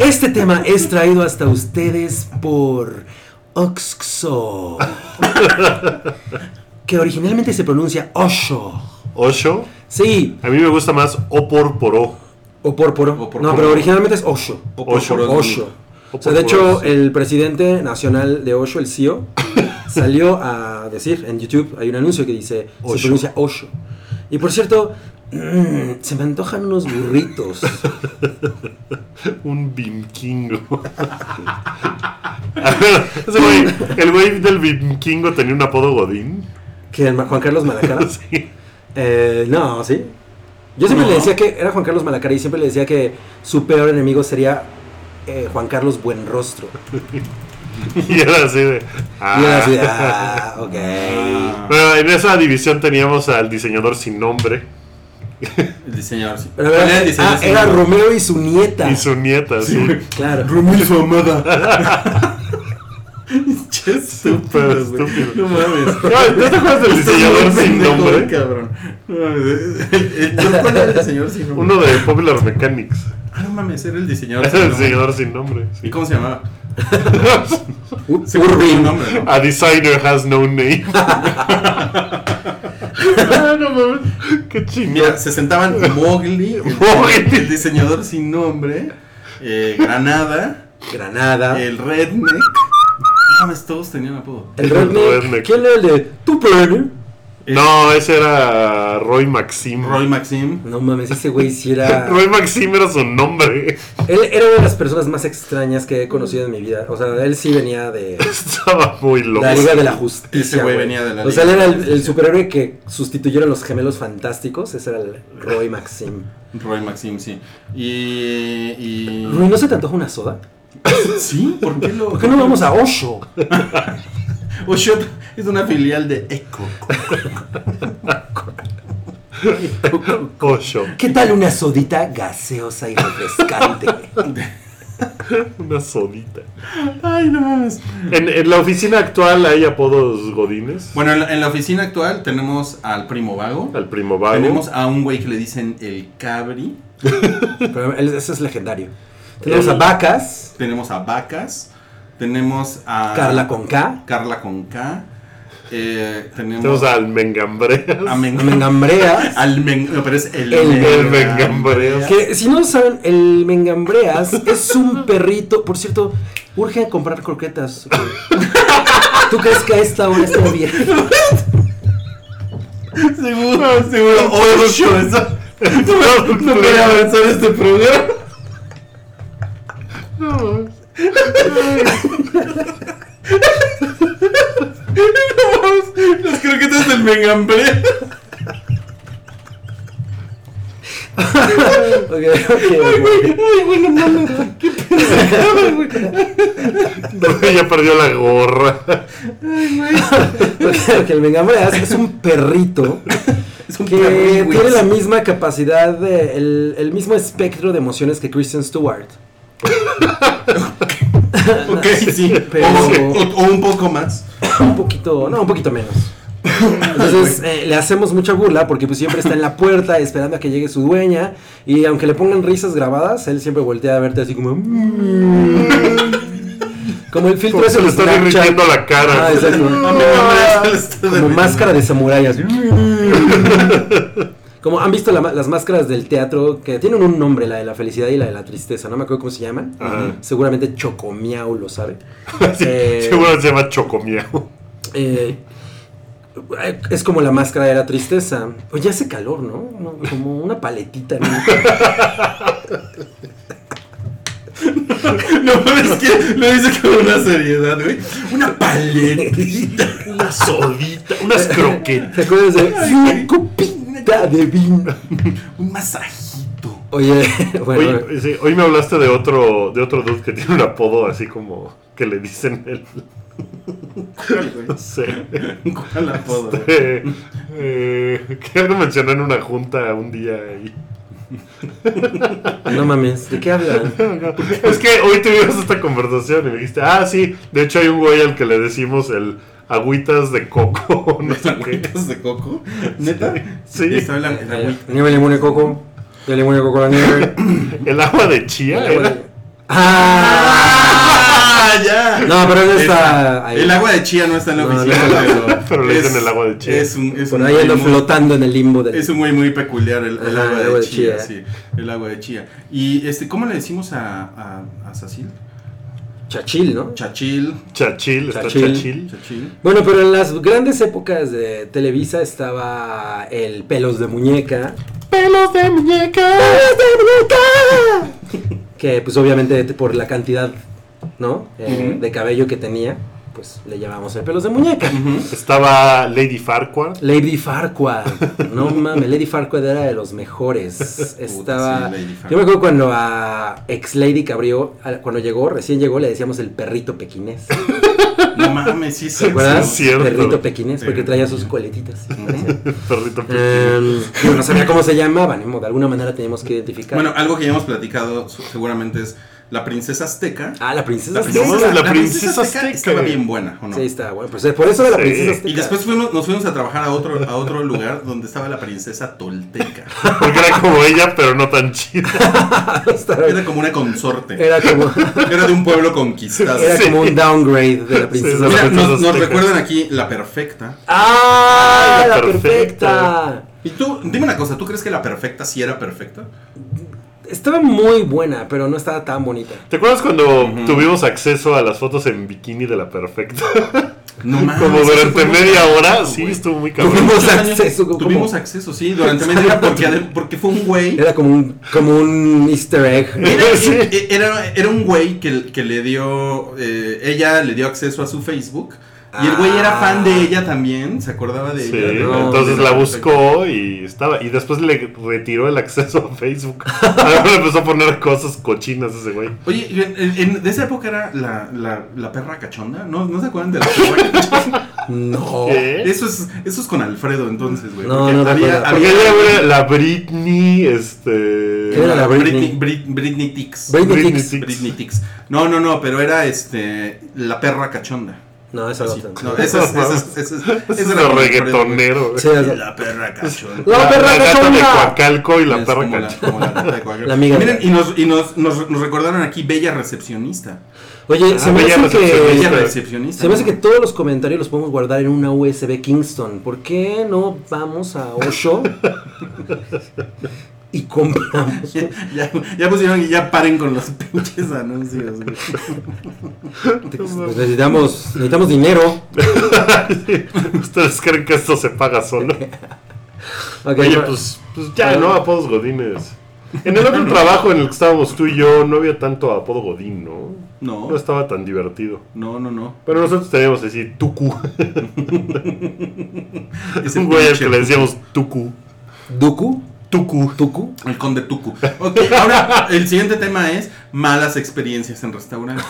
Speaker 2: Este tema es traído hasta ustedes por Oxxo, que originalmente se pronuncia Osho.
Speaker 4: Osho.
Speaker 2: Sí,
Speaker 4: A mí me gusta más O por por O.
Speaker 2: o pórporo.
Speaker 3: O
Speaker 2: no,
Speaker 3: pórporo.
Speaker 2: pero originalmente es Osho.
Speaker 4: Osho.
Speaker 3: Ocho.
Speaker 2: Osho. O sea, de hecho, el presidente nacional de Osho, el CEO, salió a decir en YouTube, hay un anuncio que dice,
Speaker 4: Osho.
Speaker 2: se pronuncia Osho. Y por cierto, mm, se me antojan unos burritos.
Speaker 4: Un bimquingo. A ver, ese güey, el güey del bimquingo tenía un apodo Godín. <laughs>
Speaker 2: que el Ma- Juan Carlos Malacara.
Speaker 4: Sí.
Speaker 2: Eh, no, ¿sí? Yo siempre
Speaker 3: No.
Speaker 2: le decía que era Juan Carlos Malacara y siempre le decía que su peor enemigo sería eh, Juan Carlos Buenrostro.
Speaker 4: Y era así de. ah.
Speaker 2: Y era así,
Speaker 4: <laughs>
Speaker 2: ah, ok.
Speaker 3: "Ah".
Speaker 4: Bueno, en esa división teníamos al diseñador sin nombre
Speaker 3: El diseñador, sí.
Speaker 2: Pero
Speaker 3: ¿Cuál
Speaker 2: era,
Speaker 3: era el diseñador?
Speaker 2: ah, era
Speaker 3: Sí.
Speaker 2: Romeo y su nieta.
Speaker 4: y su nieta, sí.
Speaker 3: <laughs>
Speaker 2: Claro.
Speaker 3: Romeo y su amada. Che, estúpido, güey.
Speaker 4: estúpido.
Speaker 3: No mames.
Speaker 4: Ay, ¿No te acuerdas del
Speaker 3: Estás
Speaker 4: diseñador
Speaker 3: muy
Speaker 4: sin
Speaker 3: pendejo,
Speaker 4: nombre?
Speaker 3: Cabrón. No mames. eh, El- el- eh, ¿Cuál era el diseñador sin nombre?
Speaker 4: Uno de Popular Mechanics.
Speaker 3: Ah, no mames, era el diseñador
Speaker 4: Era
Speaker 3: sin
Speaker 4: el
Speaker 3: nombre.
Speaker 4: diseñador sin nombre.
Speaker 3: ¿Y
Speaker 4: sí.
Speaker 3: cómo se llamaba?
Speaker 2: U-
Speaker 3: Se me olvidó el
Speaker 2: Urbin.
Speaker 3: nombre, ¿no? Ah,
Speaker 4: A designer has no name. ah, no mames. Qué chingón.
Speaker 3: Mira, se sentaban
Speaker 4: <laughs>
Speaker 3: Mowgli, el,
Speaker 4: Mowgli.
Speaker 3: el diseñador sin nombre, eh, Granada,
Speaker 4: Ah.
Speaker 2: Granada.
Speaker 3: el Redneck. No mames, todos tenían apodo.
Speaker 2: El
Speaker 4: El
Speaker 2: redneck.
Speaker 4: redneck.
Speaker 2: ¿Quién era el de tu planner?
Speaker 4: No, ese era Roy Maxim.
Speaker 3: Roy Maxim.
Speaker 2: No mames, ese güey sí
Speaker 3: <laughs>
Speaker 2: era.
Speaker 4: <laughs> Roy Maxim era su nombre.
Speaker 2: Él era una de las personas más extrañas que he conocido en mi vida. O sea, él sí venía de
Speaker 4: Estaba muy loco.
Speaker 2: la Liga de la Justicia.
Speaker 3: Ese güey venía de la
Speaker 2: O sea, él
Speaker 3: Liga
Speaker 2: era
Speaker 3: de la
Speaker 2: el, el superhéroe que sustituyeron los gemelos fantásticos. Ese era el Roy Maxim.
Speaker 3: Roy Maxim, sí. Y. y...
Speaker 2: Rui, ¿no se te antoja una soda?
Speaker 3: ¿Sí? ¿Por qué lo.?
Speaker 2: ¿Por qué no vamos a Osho?
Speaker 3: <laughs> Osho es una filial de Echo.
Speaker 4: Osho.
Speaker 2: ¿Qué tal una sodita gaseosa y
Speaker 3: <laughs>
Speaker 2: refrescante?
Speaker 4: Una sodita.
Speaker 3: Ay, no mames.
Speaker 4: En, en la oficina actual hay apodos godines.
Speaker 3: Bueno, en la, en la oficina actual tenemos al primo vago.
Speaker 4: Al primo vago.
Speaker 3: Tenemos a un güey que le dicen el cabri.
Speaker 2: Pero él- eso es legendario. Tenemos
Speaker 4: El-
Speaker 2: a Vacas,
Speaker 3: Tenemos a vacas. Tenemos a.
Speaker 2: Carla con K,
Speaker 3: Carla con K. Eh, tenemos,
Speaker 4: Tenemos al Mengambreas. <laughs>
Speaker 3: a Men-
Speaker 2: Mengambreas.
Speaker 3: al Men- no, pero es el,
Speaker 2: El
Speaker 4: El Mengambreas.
Speaker 2: Que si no saben, el Mengambreas es un perrito. Por cierto, urge comprar croquetas. Rui. ¿Tú crees que a esta hora está bien?
Speaker 3: Seguro, seguro. Ocho. eso-
Speaker 4: No,
Speaker 3: No voy a avanzar este programa. No. No mames, Las croquetas del mengambre.
Speaker 2: Ok, ok, ok.
Speaker 4: <laughs> ya perdió la gorra.
Speaker 2: Ok, ok, el Vengamoras es un perrito
Speaker 3: Es un
Speaker 2: que
Speaker 3: perriwis.
Speaker 2: tiene la misma capacidad, de- el, el mismo espectro de emociones que Kristen Stewart.
Speaker 3: Ok, sí.
Speaker 2: Pero-
Speaker 3: O, o- o un poco más.
Speaker 2: Un poquito, no, un poquito menos.
Speaker 4: <laughs>
Speaker 2: Entonces eh, le hacemos mucha burla porque pues siempre está en la puerta esperando a que llegue su dueña y aunque le pongan risas grabadas, él siempre voltea a verte así como... "Mm". Como el filtro
Speaker 4: Como
Speaker 2: ese
Speaker 4: se le
Speaker 2: de
Speaker 4: está
Speaker 2: Snapchat.
Speaker 4: derritiendo la cara.
Speaker 2: Ah, exacto. Como máscara de samurái.
Speaker 4: <laughs>
Speaker 2: así. Como han visto la ma- las máscaras del teatro que tienen un nombre, la de la felicidad y la de la tristeza. No me acuerdo cómo se llaman.
Speaker 4: Ajá.
Speaker 2: Seguramente Chocomiao lo sabe.
Speaker 4: <laughs> Sí,
Speaker 2: Eh,
Speaker 4: Seguro se llama Chocomiao.
Speaker 2: eh, es como la máscara de la tristeza. Oye, hace calor, ¿no? No, Como una paletita. ¿no? <laughs>
Speaker 3: No, pero es que lo dice con una seriedad, güey. Una paletita.
Speaker 4: Una sodita, <laughs> unas croquetas.
Speaker 2: ¿Te acuerdas de una copita de vino?
Speaker 3: Un masajito.
Speaker 2: Oye, <laughs> bueno.
Speaker 4: Oye, eh, sí, hoy me hablaste de otro, de otro dude que tiene un apodo así como que le dicen el. No sé.
Speaker 3: ¿Cuál apodo? güey?
Speaker 4: Eh, <laughs> eh, que lo mencionó en una junta un día y-
Speaker 2: No mames, ¿de qué hablan?
Speaker 4: Es que hoy tuvimos esta conversación y me dijiste, ah, sí, de hecho hay un güey al que le decimos el agüitas de coco, <laughs> no sé qué.
Speaker 3: ¿Agüitas de coco? ¿Neta?
Speaker 4: Sí.
Speaker 3: Ya está la- la
Speaker 2: Eh,
Speaker 3: agüita.
Speaker 2: Nieve, limón y coco. De limón y coco la nieve.
Speaker 4: El agua de chía era.
Speaker 2: ¡Ah!
Speaker 3: ¡Ah, ya!
Speaker 2: No, pero no está
Speaker 3: Esa.
Speaker 2: ahí.
Speaker 3: El agua de chía no está en la
Speaker 2: No, no
Speaker 3: oficina.
Speaker 2: está.
Speaker 3: <laughs> pero,
Speaker 4: Pero le dicen el agua de chía.
Speaker 3: Es un, es
Speaker 2: Por
Speaker 3: un
Speaker 2: ahí
Speaker 3: güey
Speaker 2: ando
Speaker 3: muy-
Speaker 2: flotando en el limbo del.
Speaker 3: Es un güey muy peculiar el, el
Speaker 2: Ajá,
Speaker 3: agua, de, chía, sí, el agua de chía. Y este, ¿cómo le decimos a, a, a Sacil?
Speaker 2: Chachil, ¿no?
Speaker 3: Chachil,
Speaker 4: Chachil, está
Speaker 2: Chachil.
Speaker 4: chachil.
Speaker 3: Chachil.
Speaker 2: Bueno, pero en las grandes épocas de Televisa estaba el pelos de muñeca.
Speaker 4: Pelos de muñeca.
Speaker 2: Que pues obviamente te- por la cantidad, ¿no? Eh, De cabello que tenía, pues le llamamos el pelos de muñeca.
Speaker 4: Estaba Lady Farquhar.
Speaker 2: Lady Farquaad. No mames, Lady Farquaad era de los mejores. Estaba.
Speaker 3: sí, Lady
Speaker 2: yo me acuerdo cuando a ex Lady Cabrio, a- cuando llegó, recién llegó, le decíamos el perrito pequinés. ¿Te
Speaker 3: No mames, sí, sí.
Speaker 2: acuerdas?
Speaker 4: es cierto.
Speaker 2: Perrito pequinés, porque
Speaker 3: Sí.
Speaker 2: traía sus
Speaker 4: <laughs>
Speaker 2: coletitas.
Speaker 4: Perrito pequeño.
Speaker 2: Em, yo no sabía cómo se llamaba, ni modo, de alguna manera teníamos que identificar.
Speaker 3: Bueno, algo que ya hemos platicado su- seguramente es la princesa azteca.
Speaker 2: ah, la princesa.
Speaker 3: La
Speaker 2: Azteca.
Speaker 3: princesa,
Speaker 4: la
Speaker 3: la princesa
Speaker 4: princesa
Speaker 3: azteca
Speaker 4: azteca.
Speaker 3: estaba bien buena, ¿o no?
Speaker 2: Sí, está bueno. Pues eh, por eso era la
Speaker 4: Sí.
Speaker 2: princesa. Azteca.
Speaker 3: Y después fuimos, nos fuimos a trabajar a otro, a otro lugar donde estaba la princesa tolteca.
Speaker 4: Porque era como ella, pero no tan chida.
Speaker 2: Estaba-
Speaker 3: Era como una consorte.
Speaker 2: era
Speaker 4: <laughs>
Speaker 2: como.
Speaker 3: Era de un pueblo conquistado.
Speaker 2: Era
Speaker 4: Sí.
Speaker 2: como un downgrade de la princesa.
Speaker 4: Sí,
Speaker 3: Mira,
Speaker 4: Las
Speaker 3: nos,
Speaker 4: princesas
Speaker 3: nos
Speaker 4: aztecas.
Speaker 3: recuerdan aquí la perfecta.
Speaker 2: ¡Ah!
Speaker 4: Ay, la
Speaker 2: La perfecta.
Speaker 4: perfecta.
Speaker 3: Y tú, dime una cosa, ¿tú crees que la perfecta sí era perfecta?
Speaker 2: Estaba muy buena, pero no estaba tan bonita.
Speaker 4: ¿Te acuerdas cuando tuvimos acceso a las fotos en bikini de la perfecta?
Speaker 3: No mames.
Speaker 4: <laughs> Como
Speaker 3: eso
Speaker 4: durante
Speaker 3: fue muy
Speaker 4: media
Speaker 3: cabrón,
Speaker 4: hora,
Speaker 3: güey.
Speaker 4: sí, estuvo muy cabrón.
Speaker 2: Tuvimos
Speaker 3: Muchos años
Speaker 2: acceso. como-
Speaker 3: Tuvimos acceso, sí, durante media hora, porque, ade- porque fue un güey. Era,
Speaker 2: Era como un, como un easter egg.
Speaker 3: era-
Speaker 4: <laughs> Sí.
Speaker 3: era- era un güey que, que le dio. eh, ella le dio acceso a su Facebook. Y el güey era
Speaker 2: Ah.
Speaker 3: fan de ella también, se acordaba de
Speaker 4: Sí,
Speaker 3: ella. de-
Speaker 2: no,
Speaker 4: entonces
Speaker 3: de
Speaker 4: la buscó y estaba. Y después le retiró el acceso a Facebook. Ahora le empezó a poner cosas cochinas ese güey.
Speaker 3: Oye, y en- en- en- de esa época era la, la- la perra cachonda. ¿No, ¿No se acuerdan de la
Speaker 4: <laughs>
Speaker 3: perra
Speaker 4: ¿Eh?
Speaker 3: cachonda?
Speaker 2: No.
Speaker 4: ¿Qué?
Speaker 3: Eso es, eso es con Alfredo, entonces, güey.
Speaker 2: No,
Speaker 3: porque
Speaker 2: no recuerdo.
Speaker 4: Porque ella era la Britney, este.
Speaker 2: ¿Qué? Era la
Speaker 3: Eh, Britney,
Speaker 2: Britney.
Speaker 3: Brit- Britney Tix.
Speaker 2: Britney
Speaker 4: Britney
Speaker 2: Spears.
Speaker 4: Spears.
Speaker 3: Britney Tix. No, no, no, pero era este la perra cachonda.
Speaker 2: No, esa
Speaker 3: Sí,
Speaker 2: no.
Speaker 3: no, esa es, esa es, esa es, esa
Speaker 4: Ese
Speaker 3: es
Speaker 4: es
Speaker 3: la
Speaker 4: el reggatonero. güey.
Speaker 2: Sí, esa-
Speaker 3: La perra cachonda.
Speaker 2: <laughs> La perra
Speaker 4: gata de
Speaker 2: cachonda.
Speaker 4: Coacalco y la
Speaker 3: Es
Speaker 4: perra
Speaker 3: como la-
Speaker 4: <laughs> cachonda.
Speaker 3: como la gata de Coacalco.
Speaker 2: La amiga de-
Speaker 3: Miren, y, nos, y nos, nos, nos recordaron aquí Bella Recepcionista.
Speaker 2: Oye, se me
Speaker 4: bella
Speaker 2: hace
Speaker 3: Bella
Speaker 4: recepcionista.
Speaker 2: que.
Speaker 3: Recepcionista.
Speaker 2: Se me hace
Speaker 3: ¿no?
Speaker 2: que todos los comentarios los podemos guardar en una USB Kingston. ¿Por qué no vamos a
Speaker 3: <laughs>
Speaker 2: Osho y compramos?
Speaker 3: <laughs> Ya, ya, ya pusieron y ya paren con los <laughs> pinches anuncios. güey.
Speaker 2: Pues necesitamos, necesitamos dinero.
Speaker 4: Ustedes creen que esto se paga solo.
Speaker 2: Ok,
Speaker 4: Oye,
Speaker 2: bueno,
Speaker 3: pues,
Speaker 4: pues, pues ya, ¿no? Apodos Godines. En el otro trabajo en el que estábamos tú y yo no había tanto apodo Godín, ¿no?
Speaker 3: No.
Speaker 4: No estaba tan divertido.
Speaker 3: No,
Speaker 2: <laughs>
Speaker 3: no, no.
Speaker 4: Pero nosotros teníamos así Tuku. Es
Speaker 3: Ese
Speaker 4: un güey al
Speaker 3: pinche
Speaker 4: que le decíamos Tuku.
Speaker 2: ¿Duku?
Speaker 4: Tuku.
Speaker 2: ¿Tuku?
Speaker 3: El conde Tucu. Ok, ahora el siguiente tema es malas experiencias en restaurantes.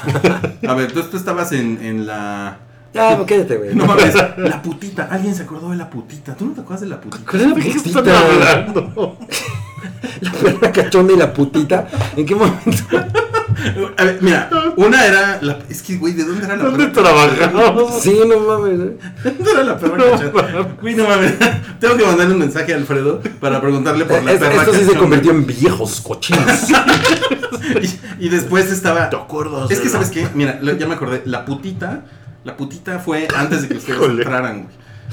Speaker 3: A ver, tú, tú estabas en, en la.
Speaker 2: Ya, pues, quédate, güey.
Speaker 3: No mames, la putita. Alguien se acordó de la putita. ¿Tú no te acuerdas de la putita?
Speaker 2: ¿Cuál es la
Speaker 4: ¿De qué están
Speaker 2: putita?
Speaker 4: hablando?
Speaker 2: La perra cachonda y la putita. ¿En qué momento?
Speaker 3: A ver, mira, una era. La... Es que, güey, ¿de dónde era la
Speaker 4: ¿Dónde
Speaker 3: perra?
Speaker 4: trabajamos?
Speaker 2: Sí, no mames. güey.
Speaker 3: ¿Dónde era la perra cachonda? Güey, no mames. Tengo que mandarle un mensaje a Alfredo para preguntarle por la
Speaker 2: Es-
Speaker 3: perra
Speaker 2: esto sí se
Speaker 3: cachonda.
Speaker 2: convirtió en viejos
Speaker 3: <laughs>
Speaker 2: cochinos.
Speaker 3: Y, y después estaba.
Speaker 4: ¿Te acuerdas?
Speaker 3: Es que,
Speaker 4: de
Speaker 3: ¿sabes qué? Mira, lo- ya me acordé. La putita. La putita fue antes de que ustedes
Speaker 4: Híjole.
Speaker 3: entraran,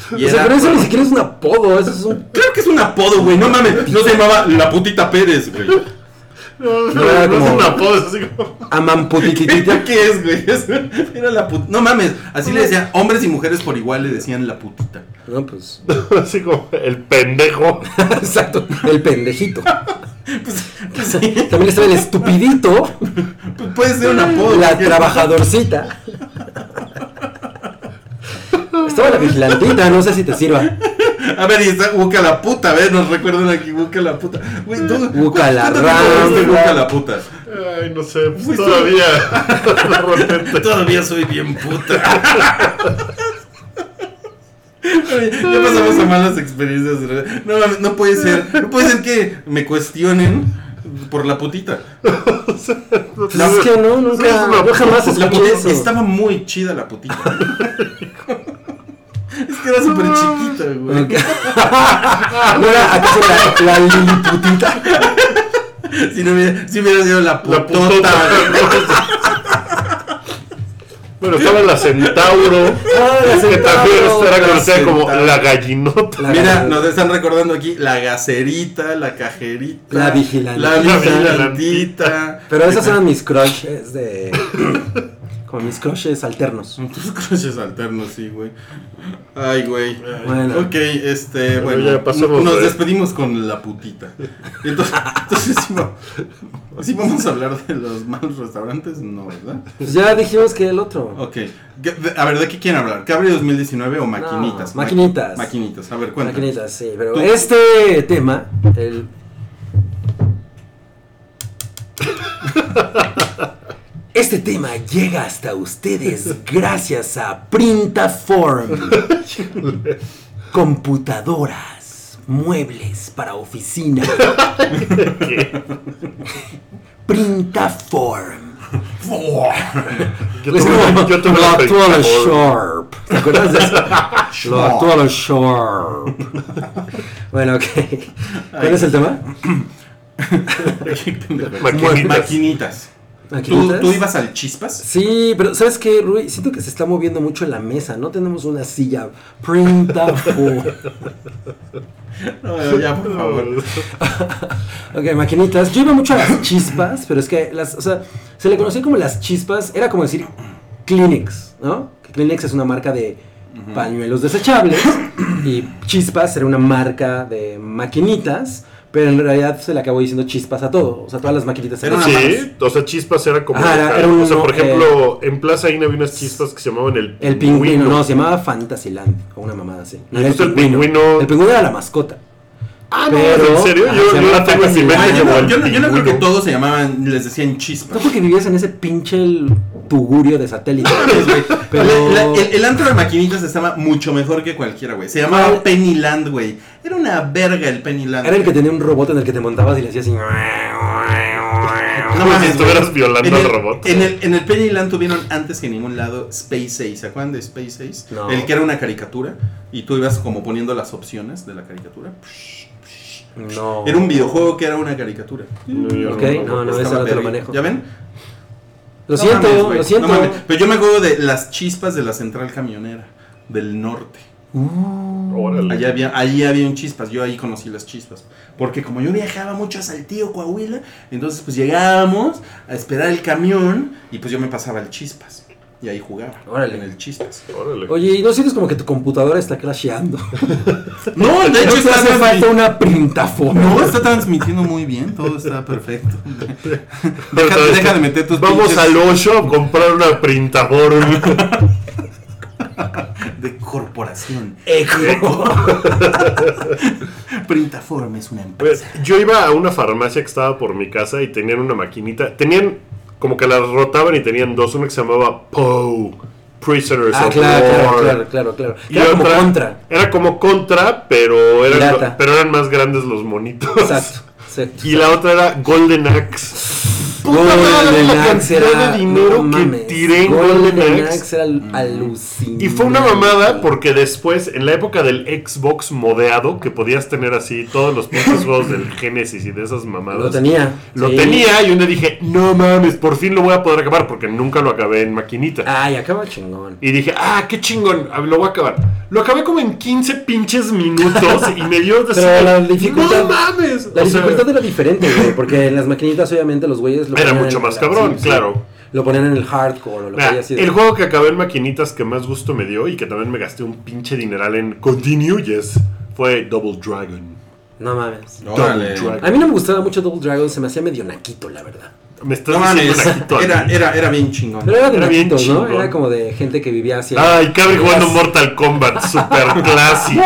Speaker 3: güey. Y
Speaker 2: O sea,
Speaker 3: era-
Speaker 2: pero eso ni siquiera es un apodo, eso es un.
Speaker 3: Claro que es un apodo, güey. No mames. No se llamaba la putita Pérez, <laughs> güey.
Speaker 4: No, no,
Speaker 2: No, era
Speaker 4: no es
Speaker 2: como-
Speaker 4: un apodo, es así como-
Speaker 3: <laughs>
Speaker 2: Amamputititita.
Speaker 3: ¿Qué es, güey? Es- Era la putita. No mames. Así le decían hombres y mujeres por igual le decían la putita.
Speaker 2: No, pues. <laughs>
Speaker 4: Así como el pendejo.
Speaker 2: Exacto, el pendejito.
Speaker 3: Pues, pues <laughs> sí.
Speaker 2: También estaba el estupidito,
Speaker 3: Pu- Puede ser un apodo.
Speaker 2: la
Speaker 3: güey.
Speaker 2: trabajadorcita. Estaba la vigilantita, no sé si te sirva.
Speaker 3: A ver, y está Buca la puta. A ver, nos recuerdan aquí Buca la puta. Güey, tú.
Speaker 2: Buca la
Speaker 3: ¿cuánto tiempo
Speaker 2: rama.
Speaker 3: viviste en Buca la puta.
Speaker 4: Ay, no sé, pues
Speaker 3: Fuiste-
Speaker 4: todavía. De repente.
Speaker 3: Todavía soy bien puta. Oye, Ya pasamos a malas experiencias. ¿verdad? No, mames, no puede ser. No puede ser que me cuestionen por la putita.
Speaker 2: Pues es que no, nunca, yo jamás
Speaker 3: La
Speaker 2: escuché
Speaker 3: putita
Speaker 2: eso. <laughs>
Speaker 3: estaba muy chida la putita. es que era súper chiquita, güey.
Speaker 2: ¿No era acaso la, la liliputita?
Speaker 3: Si, no hubiera, si hubiera sido la
Speaker 4: La
Speaker 3: putota.
Speaker 4: putota.
Speaker 3: güey.
Speaker 4: Bueno, estaba la centauro.
Speaker 2: Ah, la
Speaker 4: que también
Speaker 2: centauro.
Speaker 4: era conocida
Speaker 3: La
Speaker 4: como
Speaker 3: centauro.
Speaker 4: la gallinota.
Speaker 2: La-
Speaker 3: Mira, nos están recordando aquí la gacerita, la cajerita,
Speaker 2: La vigilante.
Speaker 3: la
Speaker 4: La
Speaker 3: vigilantita.
Speaker 2: Pero esos eran mis crushes de. Como mis crushes alternos.
Speaker 3: Son tus crushes alternos, sí, güey. Ay, güey.
Speaker 2: Bueno.
Speaker 3: Ok, este,
Speaker 4: Bueno,
Speaker 3: bueno,
Speaker 4: ya pasamos,
Speaker 3: nos
Speaker 4: eh.
Speaker 3: despedimos con la putita. Entonces, <laughs> entonces sí, va- sí vamos a hablar de los malos restaurantes, no, ¿verdad?
Speaker 2: Pues ya dijimos que el otro.
Speaker 3: Ok, ¿qué- de- a ver, ¿de qué quieren hablar? ¿Cabri 2019 o maquinitas?
Speaker 2: No, maquinitas.
Speaker 3: Ma- Maquinitas, a ver, cuéntame.
Speaker 2: Maquinitas, sí, pero
Speaker 3: Tú.
Speaker 2: este tema, el. <laughs> Este tema llega hasta ustedes gracias a Printaform. Computadoras, muebles para oficina. Printaform.
Speaker 4: Yo tuve- yo tuve
Speaker 2: lo
Speaker 4: la
Speaker 2: actual es
Speaker 4: printaform.
Speaker 2: Sharp. ¿Te acuerdas de eso? <laughs> lo actual es Sharp. <laughs> bueno, ok. ¿Cuál es el tema?
Speaker 3: <laughs> Qué pendejo.
Speaker 4: Maquinitas.
Speaker 3: Maquinitas. ¿Tú,
Speaker 2: ¿Maquinitas?
Speaker 3: tú ibas al chispas?
Speaker 2: Sí, pero ¿sabes qué, Rui? Siento que se está moviendo mucho la mesa. No tenemos una silla printable.
Speaker 3: No, ya, por
Speaker 4: <laughs>
Speaker 3: favor.
Speaker 2: ok, maquinitas. Yo iba mucho a las chispas, pero es que las, o sea, se le conocía como las chispas. Era como decir Kleenex, ¿no? Que Kleenex es una marca de pañuelos desechables y chispas era una marca de maquinitas, pero en realidad se le acabó diciendo chispas a todo. O sea, todas las maquinitas
Speaker 3: Era
Speaker 2: eran
Speaker 3: una
Speaker 2: chispas.
Speaker 4: Sí, o sea, chispas era como.
Speaker 2: Ajá, era- era un-
Speaker 4: o sea, por
Speaker 2: eh,
Speaker 4: ejemplo, en Plaza Ina había unas chispas que se llamaban el
Speaker 2: El pingüino, no, se llamaba Fantasyland, o una mamada así. No era
Speaker 4: Entonces el pingüino-
Speaker 2: El pingüino era la mascota. Ah,
Speaker 4: ¿en serio?
Speaker 2: Ajá,
Speaker 4: Yo-
Speaker 2: se
Speaker 4: yo
Speaker 2: llamaba
Speaker 4: la tengo en mi mente
Speaker 2: Fantasyland.
Speaker 3: Ay, yo,
Speaker 4: como
Speaker 3: no,
Speaker 4: el
Speaker 3: yo no- yo no creo que
Speaker 4: pingüino.
Speaker 3: todos se llamaban, les decían chispas.
Speaker 2: No porque vivías en ese pinche el tugurio de satélite.
Speaker 3: <laughs>
Speaker 2: Pues, pero...
Speaker 3: La- la- el, el antro de maquinitas estaba mucho mejor que cualquiera, güey. Se llamaba
Speaker 2: ¿Cuál?
Speaker 3: Pennyland, güey. Era una verga el Pennyland.
Speaker 2: Era el que tenía un robot en el que te montabas y le hacías así.
Speaker 4: Como si
Speaker 3: güey.
Speaker 4: estuvieras violando
Speaker 3: En
Speaker 4: al
Speaker 3: el-
Speaker 4: robot.
Speaker 3: En el, en el Pennyland tuvieron antes que en ningún lado Space 6. ¿Se acuerdan de Space 6?
Speaker 2: No.
Speaker 3: El que era una caricatura y tú ibas como poniendo las opciones de la caricatura.
Speaker 2: No.
Speaker 3: Era un videojuego que era una caricatura.
Speaker 4: No, yo
Speaker 2: Ok,
Speaker 4: no, no.
Speaker 2: no, no, ese
Speaker 3: Estaba
Speaker 2: no te lo
Speaker 3: verga.
Speaker 2: manejo.
Speaker 3: ¿Ya ven?
Speaker 2: Lo
Speaker 3: No
Speaker 2: siento,
Speaker 3: mames, güey.
Speaker 2: lo siento.
Speaker 3: No mames. Pero yo me acuerdo de las chispas de la central camionera del norte.
Speaker 4: Órale.
Speaker 3: Allá había, ahí había un chispas, yo ahí conocí las chispas. Porque como yo viajaba mucho a Saltillo, Coahuila, entonces pues llegábamos a esperar el camión y pues yo me pasaba el chispas. y ahí jugaba.
Speaker 2: Órale.
Speaker 3: En el chistes.
Speaker 4: Órale.
Speaker 2: Oye, ¿y no sientes como que tu computadora está crasheando?
Speaker 3: No, de
Speaker 2: ¿No
Speaker 3: hecho
Speaker 2: te
Speaker 3: está
Speaker 2: hace
Speaker 3: transmi-
Speaker 2: falta una printafona?
Speaker 3: No, está transmitiendo muy bien, todo está perfecto. Deja,
Speaker 4: Pero,
Speaker 3: deja de meter tus
Speaker 4: Vamos
Speaker 3: pinches-
Speaker 4: al Osho a comprar una printadora.
Speaker 3: de corporación.
Speaker 2: Eco.
Speaker 3: Printaform es una
Speaker 4: Pues,
Speaker 3: empresa.
Speaker 4: Yo iba a una farmacia que estaba por mi casa y tenían una maquinita. Tenían como que las rotaban y tenían dos. Una que se llamaba Poe, Prisoners
Speaker 2: Ah,
Speaker 4: of
Speaker 2: claro,
Speaker 4: War.
Speaker 2: claro, claro, claro, claro.
Speaker 4: Y
Speaker 2: Era como
Speaker 4: otra-
Speaker 2: contra.
Speaker 4: Era como contra, pero eran,
Speaker 2: Pirata.
Speaker 4: pero eran más grandes los monitos.
Speaker 2: Exacto. exacto.
Speaker 4: Y la otra era Golden Axe.
Speaker 2: Golden
Speaker 4: madre, la
Speaker 2: Axe
Speaker 4: cantidad
Speaker 2: era-
Speaker 4: de dinero
Speaker 2: no
Speaker 4: que
Speaker 2: mames,
Speaker 4: tiré en
Speaker 2: Golden,
Speaker 4: Golden
Speaker 2: Axe.
Speaker 4: Axe
Speaker 2: era al- alucinante.
Speaker 4: Y fue una mamada porque después, en la época del Xbox modeado, que podías tener así todos los pinches juegos del Genesis y de esas mamadas.
Speaker 2: Lo tenía.
Speaker 4: Lo
Speaker 2: sí.
Speaker 4: tenía y un día dije, no mames, por fin lo voy a poder acabar porque nunca lo acabé en maquinita.
Speaker 2: Ay, acaba chingón.
Speaker 4: Y dije, ah, qué chingón, ah, lo voy a acabar. Lo acabé como en 15 pinches minutos y me dio de
Speaker 2: Pero la dificultad.
Speaker 4: No mames.
Speaker 2: La
Speaker 4: O sea,
Speaker 2: dificultad era diferente, güey. Porque en las maquinitas, obviamente, los güeyes. lo
Speaker 4: Era
Speaker 2: ponían
Speaker 4: mucho
Speaker 2: en-
Speaker 4: más cabrón, claro.
Speaker 2: Lo ponían en el hardcore o lo que
Speaker 4: mira,
Speaker 2: haya sido.
Speaker 4: el juego que acabé en maquinitas que más gusto me dio y que también me gasté un pinche dineral en Continues fue Double Dragon.
Speaker 2: No mames.
Speaker 3: Órale.
Speaker 4: Double Dragon.
Speaker 2: A mí no me gustaba mucho Double Dragon, se me hacía medio naquito, la verdad.
Speaker 4: Me estás
Speaker 3: No
Speaker 4: diciendo
Speaker 3: mames,
Speaker 4: naquito a
Speaker 3: era,
Speaker 4: mí.
Speaker 3: era, era bien chingón.
Speaker 2: Pero era de
Speaker 4: Era bien
Speaker 2: naquitos, ¿no?
Speaker 4: chingón.
Speaker 2: Era como de gente que vivía así.
Speaker 4: Ay, cabrón jugando Mortal Kombat, super
Speaker 3: <laughs>
Speaker 4: clásico.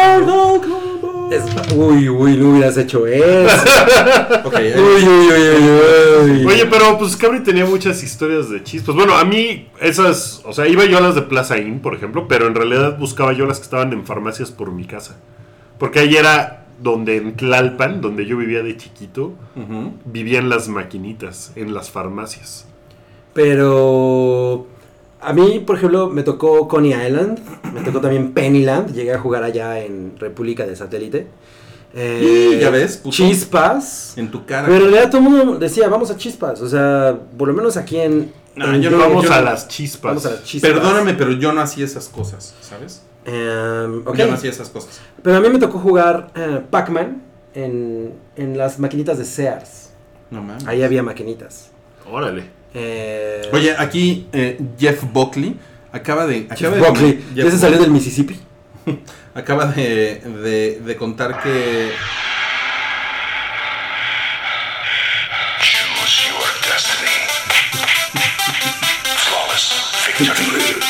Speaker 2: Es- Uy, uy, no hubieras hecho
Speaker 4: <laughs>
Speaker 2: eso.
Speaker 3: Ok,
Speaker 2: uy, uy, uy, uy, uy.
Speaker 4: Oye, pero pues Cabri tenía muchas historias de chistes. Bueno, a mí esas, o sea, iba yo a las de Plaza Inn, por ejemplo, pero en realidad buscaba yo las que estaban en farmacias por mi casa. Porque ahí era donde en Tlalpan, donde yo vivía de chiquito,
Speaker 3: Ujú.
Speaker 4: vivían las maquinitas en farmacias.
Speaker 2: Pero a mí, por ejemplo, me tocó Coney Island, me tocó también Pennyland, llegué a jugar allá en República de Satélite. Eh,
Speaker 3: Y ya ves, puto.
Speaker 2: Chispas.
Speaker 3: En tu cara.
Speaker 2: Pero en realidad todo el mundo decía, vamos a Chispas. O sea, por lo menos aquí en...
Speaker 3: No,
Speaker 2: en
Speaker 3: yo
Speaker 4: en
Speaker 3: no-
Speaker 2: Europe,
Speaker 4: Vamos
Speaker 3: yo
Speaker 4: a
Speaker 3: no-
Speaker 4: las chispas.
Speaker 2: vamos a las Chispas.
Speaker 3: Perdóname, pero yo no hacía esas cosas, ¿sabes?
Speaker 2: Eh, ok.
Speaker 3: Yo no hacía esas cosas.
Speaker 2: Pero a mí me tocó jugar eh, Pac-Man en, en las maquinitas de Sears.
Speaker 3: No mames.
Speaker 2: Ahí había maquinitas.
Speaker 4: Órale.
Speaker 2: Eh,
Speaker 3: Oye, aquí eh, Jeff Buckley acaba de. Acaba
Speaker 2: Jeff
Speaker 3: de
Speaker 2: Buckley, ¿ya
Speaker 3: Jeff
Speaker 2: se
Speaker 3: Buckley
Speaker 2: salió del Mississippi?
Speaker 3: Acaba de, de, de contar que.
Speaker 6: Choose your destiny. Flawless victory.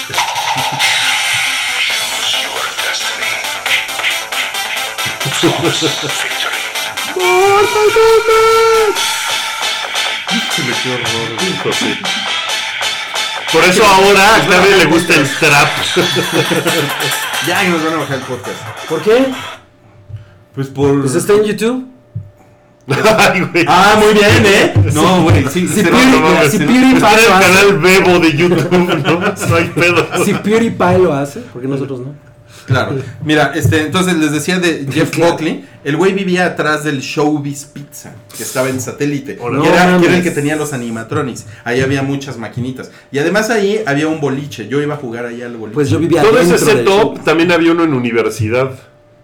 Speaker 6: Choose your destiny. Flawless victory.
Speaker 3: Híjole, qué horror, güey.
Speaker 4: Hijo, sí. Por eso ahora a Cabri le gusta el trap.
Speaker 3: Ya y nos van a bajar el podcast.
Speaker 2: ¿Por qué?
Speaker 3: Pues por.
Speaker 2: Pues está en YouTube.
Speaker 4: <laughs> Ay, güey.
Speaker 3: Ah, muy bien, ¿eh? No, güey.
Speaker 2: Sí,
Speaker 3: Sí, se-
Speaker 2: Piri-
Speaker 3: no, no,
Speaker 2: mira,
Speaker 3: no,
Speaker 2: si
Speaker 3: se-
Speaker 2: Piri-
Speaker 4: Está en el
Speaker 2: pasa.
Speaker 4: canal Bebo de YouTube, no, no hay pedo.
Speaker 2: Si PewDiePie lo hace, ¿por qué nosotros no?
Speaker 3: Claro. Mira, este, entonces les
Speaker 2: <laughs>
Speaker 3: decía de Jeff
Speaker 2: Claro.
Speaker 3: Buckley. El güey vivía atrás del Showbiz Pizza, que estaba en satélite.
Speaker 4: Hola.
Speaker 3: que,
Speaker 2: No
Speaker 3: era, que era el
Speaker 2: mames.
Speaker 3: que tenía los animatronics. Ahí había muchas maquinitas. Y además ahí había un boliche. Yo iba a jugar allá al boliche.
Speaker 2: Pues yo vivía
Speaker 4: <laughs> Todo ese
Speaker 2: adentro del
Speaker 4: setup
Speaker 2: show.
Speaker 4: también había uno en universidad.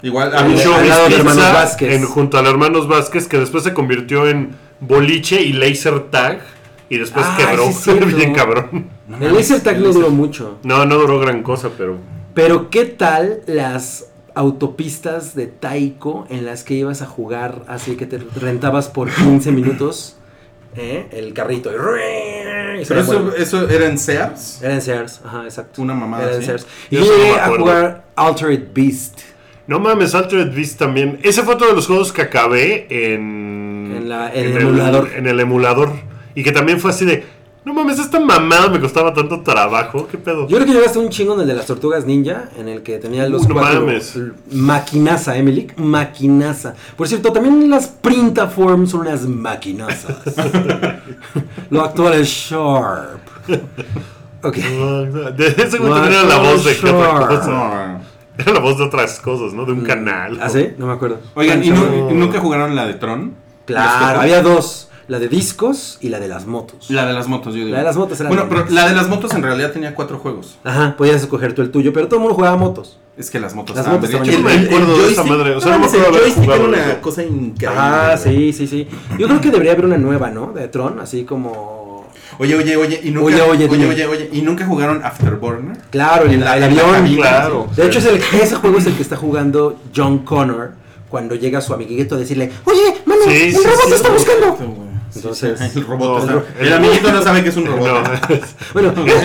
Speaker 3: Igual
Speaker 4: Un
Speaker 3: había.
Speaker 4: show
Speaker 2: al lado de
Speaker 4: pizza
Speaker 2: Hermanos Vázquez.
Speaker 4: en- junto al Hermanos Vázquez, que después se convirtió en boliche y laser tag. Y después
Speaker 2: Ah,
Speaker 4: quebró.
Speaker 2: sí es cierto.
Speaker 4: <laughs> Bien cabrón.
Speaker 2: El laser tag no duró mucho.
Speaker 4: No, no duró gran cosa, pero.
Speaker 2: Pero ¿qué tal las autopistas de Taiko en las que ibas a jugar así que te rentabas por 15 minutos ¿eh? el carrito? Y, y se
Speaker 3: Pero eso,
Speaker 2: devuelve.
Speaker 3: eso era en Sears.
Speaker 2: Era en Sears, ajá, exacto.
Speaker 3: Una mamada
Speaker 2: Era en
Speaker 3: así.
Speaker 2: Sears. Y
Speaker 4: Yo eso no
Speaker 2: llegué
Speaker 4: me
Speaker 2: a
Speaker 4: acuerdo.
Speaker 2: jugar Altered Beast
Speaker 4: No mames, Altered Beast también. Ese fue otro de los juegos que acabé en.
Speaker 2: En la- en el emulador.
Speaker 4: En el emulador. Y que también fue así de. No mames, esta mamada me costaba tanto trabajo. ¿Qué pedo?
Speaker 2: Yo creo que llegaste a un chingo en el de las tortugas ninja, en el que tenía los
Speaker 4: Uy,
Speaker 3: Uh,
Speaker 4: no
Speaker 2: cuatro.
Speaker 4: mames.
Speaker 2: l- Maquinaza, Emily. Maquinaza. Por cierto, también las Printaform son unas maquinazas.
Speaker 3: <laughs>
Speaker 2: Lo actual es Sharp. Ok.
Speaker 4: <laughs> De ese güey tenía la voz de qué otra cosa.
Speaker 3: No.
Speaker 4: Era la voz de otras cosas, ¿no? De un canal.
Speaker 2: ¿Ah, sí? No me acuerdo.
Speaker 3: Oigan, ¿y,
Speaker 4: Pancho.
Speaker 3: nu- y nunca jugaron la de Tron? Las
Speaker 2: Claro,
Speaker 3: que-
Speaker 2: había dos: la de discos y la de las motos.
Speaker 3: La de las motos, yo digo.
Speaker 2: La de las motos era
Speaker 3: Bueno,
Speaker 2: la
Speaker 3: pero
Speaker 2: más.
Speaker 3: la de las motos en realidad tenía cuatro juegos.
Speaker 2: Ajá, podías escoger tú el tuyo, pero todo el mundo jugaba motos.
Speaker 3: Es que las motos
Speaker 2: Las
Speaker 3: estaban
Speaker 2: motos
Speaker 3: bien
Speaker 2: estaban
Speaker 3: chidas.
Speaker 4: chidas. Yo me acuerdo de esa madre, o sea, no me
Speaker 3: mames,
Speaker 4: acuerdo haber
Speaker 3: era
Speaker 4: jugado
Speaker 3: una
Speaker 4: eso.
Speaker 3: cosa increíble.
Speaker 2: Ah, sí,
Speaker 3: güey.
Speaker 2: sí, sí. Yo creo que debería haber una nueva, ¿no? De Tron, así como.
Speaker 3: Oye, oye, oye, y nunca,
Speaker 2: Oye, oye,
Speaker 3: oye,
Speaker 2: dime.
Speaker 3: oye, oye, y nunca jugaron Afterburner.
Speaker 2: Claro, el,
Speaker 3: En la-
Speaker 2: el
Speaker 3: en la
Speaker 2: avión.
Speaker 3: cabina,
Speaker 4: Claro.
Speaker 2: De hecho, es el, ese juego es el que está jugando John Connor cuando llega su amiguito a decirle,
Speaker 5: Oye, mano,
Speaker 4: Sí,
Speaker 5: el
Speaker 4: sí,
Speaker 5: robot
Speaker 4: sí,
Speaker 5: te está
Speaker 4: sí.
Speaker 5: buscando.
Speaker 2: Entonces-
Speaker 3: Este <laughs>
Speaker 2: pues,
Speaker 3: el robot.
Speaker 4: No,
Speaker 3: o sea,
Speaker 4: el-
Speaker 3: el, amiguito no sabe que es un robot. <laughs>
Speaker 4: <laughs>
Speaker 2: bueno,
Speaker 4: Mira,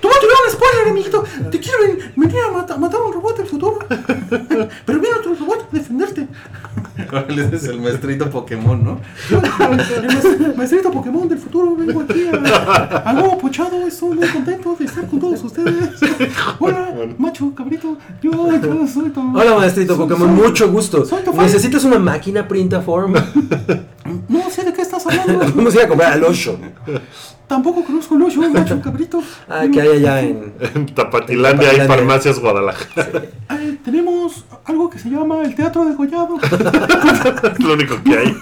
Speaker 5: Tú vas a tirar un spoiler, amiguito. Te quiero ven- venir a mata- matar a un robot del futuro. <laughs> Pero viene otro robot a defenderte.
Speaker 3: Órale, ese es el maestrito Pokémon, ¿no?
Speaker 5: Maestrito Pokémon del futuro, vengo aquí a, a nuevo pochado. Estoy muy contento de estar con todos ustedes. Hola, macho, cabrito. Yo, yo soy tu.
Speaker 2: hola maestrito Pokémon, mucho gusto.
Speaker 5: soy tu fan.
Speaker 2: ¿Necesitas una máquina printaform?
Speaker 5: No sé de qué estás hablando.
Speaker 2: Vamos a ir a comprar al Osho.
Speaker 5: Tampoco conozco el hoyo, macho, cabrito.
Speaker 2: Ah, que hay allá en...
Speaker 4: en Tapatilandia hay
Speaker 2: Tapatilandia.
Speaker 4: farmacias Guadalajara.
Speaker 5: Eh, tenemos algo que se llama el teatro de Gollado.
Speaker 4: Es lo único que hay.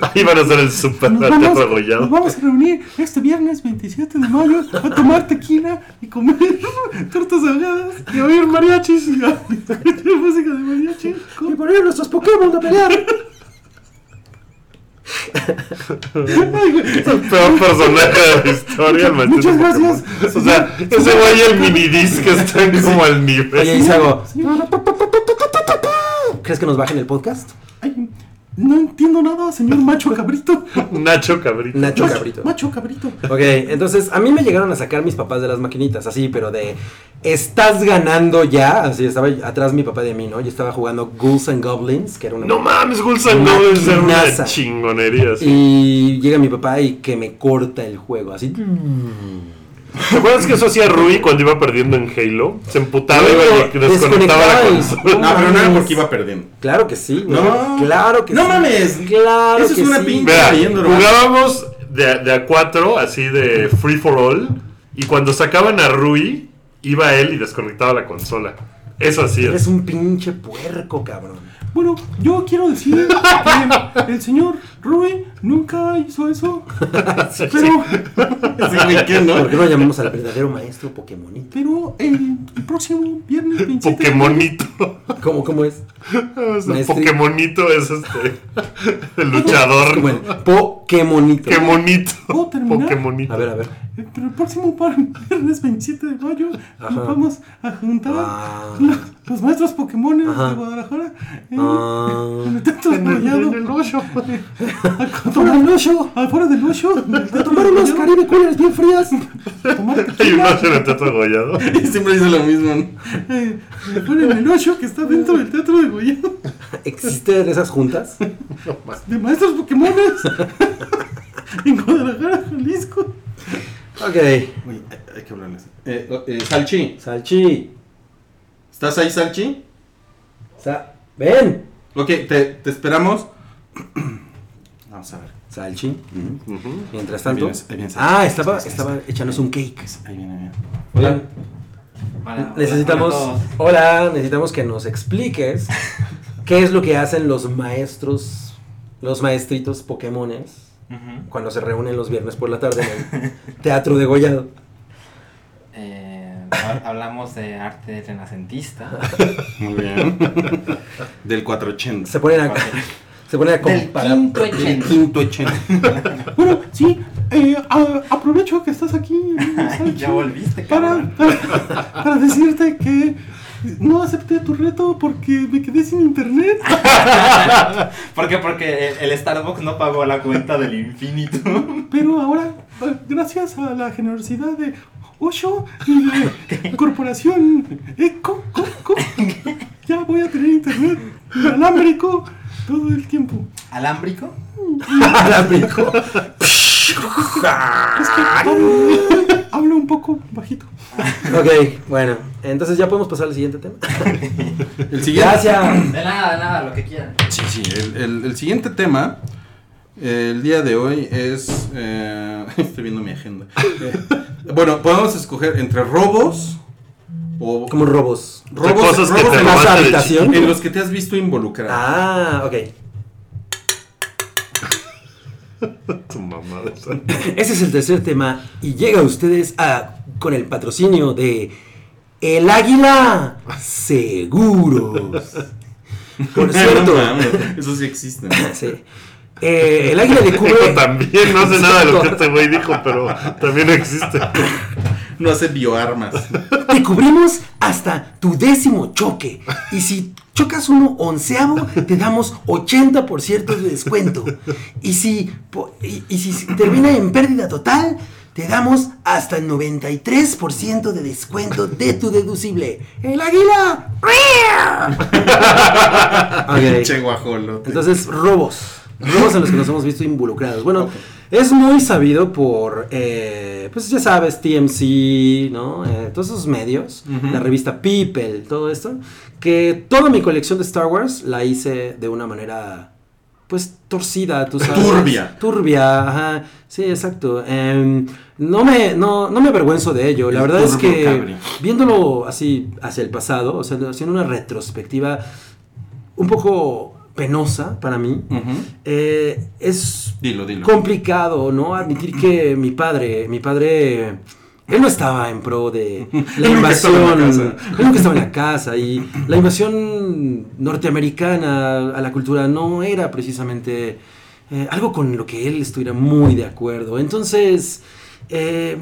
Speaker 4: Ahí van a hacer el super
Speaker 5: Nos vamos, nos
Speaker 4: arrollado.
Speaker 5: vamos a reunir este viernes 27 de mayo a tomar tequila y comer <laughs> tortas ahogadas y oír mariachis y a- y música de mariachi.
Speaker 2: Y poner nuestros Pokémon a pelear.
Speaker 4: <laughs>
Speaker 5: Ay, güey.
Speaker 4: Peor personaje de la historia, el maldito
Speaker 5: Muchas gracias.
Speaker 4: Pokémon. O sea, ese güey y el minidisc están como al
Speaker 2: Oye,
Speaker 4: nivel.
Speaker 2: Isago,
Speaker 5: Señor,
Speaker 2: ¿crees que nos bajen el podcast?
Speaker 5: ay, no entiendo nada, señor macho cabrito.
Speaker 4: Nacho Cabrito.
Speaker 2: Nacho
Speaker 5: Macho-
Speaker 2: Cabrito.
Speaker 5: Macho cabrito.
Speaker 2: Ok, entonces a mí me llegaron a sacar mis papás de las maquinitas, así, pero de estás ganando ya. Así estaba atrás mi papá de mí, ¿no? Yo estaba jugando Ghouls and Goblins, que era una.
Speaker 4: No mames, Gulsan no debe ser una
Speaker 2: Maquinaza.
Speaker 4: chingonería. así.
Speaker 2: Y llega mi papá y que me corta el juego, así.
Speaker 4: ¿Te acuerdas que eso hacía Rui cuando iba perdiendo en Halo? Se emputaba y iba y desconectaba la
Speaker 2: Desconectaba el-
Speaker 4: consola.
Speaker 3: No, pero no era
Speaker 2: mames.
Speaker 3: Ah, porque iba perdiendo.
Speaker 2: Claro que sí,
Speaker 3: No.
Speaker 2: güey, Claro que
Speaker 3: No
Speaker 2: sí.
Speaker 3: mames.
Speaker 2: Claro
Speaker 3: Eso es
Speaker 2: que
Speaker 3: una
Speaker 2: sí.
Speaker 3: pinche-
Speaker 4: Mira,
Speaker 3: Leyendo, hermano.
Speaker 4: jugábamos de, de a cuatro, así de free for all. Y cuando sacaban a Rui, iba él y desconectaba la consola. Eso así
Speaker 2: Eres
Speaker 4: es.
Speaker 2: un pinche puerco, cabrón.
Speaker 5: Bueno, yo quiero decir que el señor Rui nunca hizo eso.
Speaker 4: <laughs>
Speaker 5: Pero,
Speaker 3: Ese güey, ¿qué, no?
Speaker 2: ¿Por qué no llamamos al verdadero maestro Pokémonito? <laughs>
Speaker 5: pero el, el próximo viernes 27 de mayo-
Speaker 4: Pokémonito. <laughs>
Speaker 2: ¿Cómo, cómo es?
Speaker 4: O sea,
Speaker 2: Maestri-
Speaker 4: Pokémonito es este. <laughs>
Speaker 2: Es
Speaker 4: El luchador.
Speaker 2: como el Pokémonito.
Speaker 4: Qué monito.
Speaker 5: ¿Puedo terminar?
Speaker 4: Pokémonito.
Speaker 2: A ver, a ver.
Speaker 5: Eh, Pero el próximo par- viernes 27 de mayo
Speaker 2: Ajá.
Speaker 5: nos vamos a juntar
Speaker 2: Ah.
Speaker 5: los, los maestros Pokémon
Speaker 2: Ajá.
Speaker 5: de Guadalajara eh,
Speaker 2: Ah.
Speaker 5: en el Teatro
Speaker 4: En el-
Speaker 5: Rayado.
Speaker 4: en el hoyo.
Speaker 5: <laughs> Afuera del hoyo. Afuera del hoyo. A tomar unos Caribe Coolers bien frías. A tomar
Speaker 4: Hay un
Speaker 5: tequila.
Speaker 4: oso en el teatro gollado. <laughs>
Speaker 3: Y <laughs> siempre dice lo mismo. ¿no?
Speaker 5: Eh, afuera en el hoyo que está dentro del Teatro de Goyado.
Speaker 2: ¿Existen esas juntas?
Speaker 5: De maestros Pokémones. <laughs> en Guadalajara, Jalisco.
Speaker 2: Ok.
Speaker 3: Uy, hay, hay que hablarles. Eh, oh, eh, Salchi,
Speaker 2: Salchi.
Speaker 3: ¿estás ahí, Salchi?
Speaker 2: Sa- Ven.
Speaker 3: Ok, te, te esperamos. <clears throat> Vamos a ver.
Speaker 2: Salchi. Mientras tanto.
Speaker 3: Ahí viene- ahí viene Salchi.
Speaker 2: ah, estaba, estaba echándose un cake.
Speaker 3: Ahí viene, ahí viene.
Speaker 2: Hola.
Speaker 7: Hola,
Speaker 2: necesitamos.
Speaker 7: hola a todos.
Speaker 2: Hola, necesitamos que nos expliques
Speaker 7: <laughs>
Speaker 2: qué es lo que hacen los maestros, los maestritos Pokémones
Speaker 7: Ujú.
Speaker 2: cuando se reúnen los viernes por la tarde en
Speaker 7: <laughs>
Speaker 2: el Teatro de Gollado.
Speaker 7: Eh, ha- hablamos de arte renacentista. <laughs>
Speaker 3: Muy bien. Del 480.
Speaker 2: Se ponen a, <laughs> se ponen a
Speaker 7: del
Speaker 2: comparar.
Speaker 7: quinto
Speaker 3: Del
Speaker 7: ochenta.
Speaker 3: 580.
Speaker 5: Bueno, sí, eh, a- aprovecho que estás
Speaker 7: <laughs>
Speaker 5: aquí. eh,
Speaker 7: <laughs> Ay,
Speaker 5: Salchi,
Speaker 7: ya volviste,
Speaker 5: Para,
Speaker 7: cabrón. <laughs>
Speaker 5: para, para decirte que no acepté tu reto porque me quedé sin
Speaker 7: <laughs>
Speaker 5: internet.
Speaker 7: ¿Por qué? Porque el, el Starbucks no pagó la cuenta del infinito.
Speaker 5: Pero ahora, eh, gracias a la generosidad de Osho y
Speaker 2: <laughs>
Speaker 5: de Corporación Eco, co, co, ya voy a tener internet inalámbrico todo el tiempo.
Speaker 7: ¿Alámbrico?
Speaker 5: Es que hablo, hablo un poco bajito.
Speaker 2: Ok, bueno. Entonces ya podemos pasar al siguiente tema.
Speaker 3: El siguiente.
Speaker 2: Gracias.
Speaker 7: De nada, de nada, lo que quieran.
Speaker 3: Sí, sí. El, el- el siguiente tema. eh, El día de hoy es. eh, <laughs> estoy viendo mi agenda. Eh, bueno, podemos escoger entre robos o.
Speaker 2: Como robos.
Speaker 3: Robos,
Speaker 4: cosas que
Speaker 3: robos
Speaker 4: te
Speaker 3: en,
Speaker 2: Más
Speaker 4: robaste de
Speaker 2: habitación.
Speaker 3: en los que te has visto involucrado.
Speaker 2: Ah, ok.
Speaker 4: Tu mamá de esa.
Speaker 2: Ese es el tercer tema y llega a ustedes a- con el patrocinio de El Águila Seguros. Por
Speaker 3: No
Speaker 4: <laughs>
Speaker 2: cierto,
Speaker 3: mames, Eso sí existe. ¿no?
Speaker 2: <laughs> sí, Eh, el águila le
Speaker 4: Eco
Speaker 2: cubre.
Speaker 4: también, no sé nada de lo que
Speaker 2: Exacto.
Speaker 4: este güey dijo, pero también existe.
Speaker 3: No hace
Speaker 2: <laughs>
Speaker 3: bioarmas.
Speaker 2: Te cubrimos hasta tu décimo choque. Y si chocas uno onceavo, te damos 80% de descuento. Y si, po- y, y si termina en pérdida total, te damos hasta el 93% de descuento de tu deducible. ¡El águila!
Speaker 3: Pinche guajolote.
Speaker 2: Entonces, robos. Robos en los que nos hemos visto involucrados. Bueno, es muy sabido por, eh, pues ya sabes, TMC, ¿no? Eh, todos esos medios, la revista People, todo esto, que toda mi colección de Star Wars la hice de una manera, pues, torcida, tú sabes.
Speaker 3: Turbia.
Speaker 2: Turbia, ajá. Sí, exacto. Em, no, me, no, no me avergüenzo de ello. La
Speaker 3: El
Speaker 2: verdad es
Speaker 3: turbo
Speaker 2: que,
Speaker 3: cabri.
Speaker 2: viéndolo así hacia el pasado, o sea, haciendo una retrospectiva un poco penosa para mí.
Speaker 3: Ujú.
Speaker 2: Eh, es
Speaker 3: Dilo, dilo.
Speaker 2: complicado, ¿no? Admitir que mi padre, mi padre, él no estaba en pro
Speaker 3: <laughs>
Speaker 2: de la
Speaker 3: Él nunca estaba en la
Speaker 2: invasión.
Speaker 3: casa.
Speaker 2: Él nunca estaba en la casa y la invasión norteamericana a la cultura no era precisamente eh, algo con lo que él estuviera muy de acuerdo. Entonces, eh,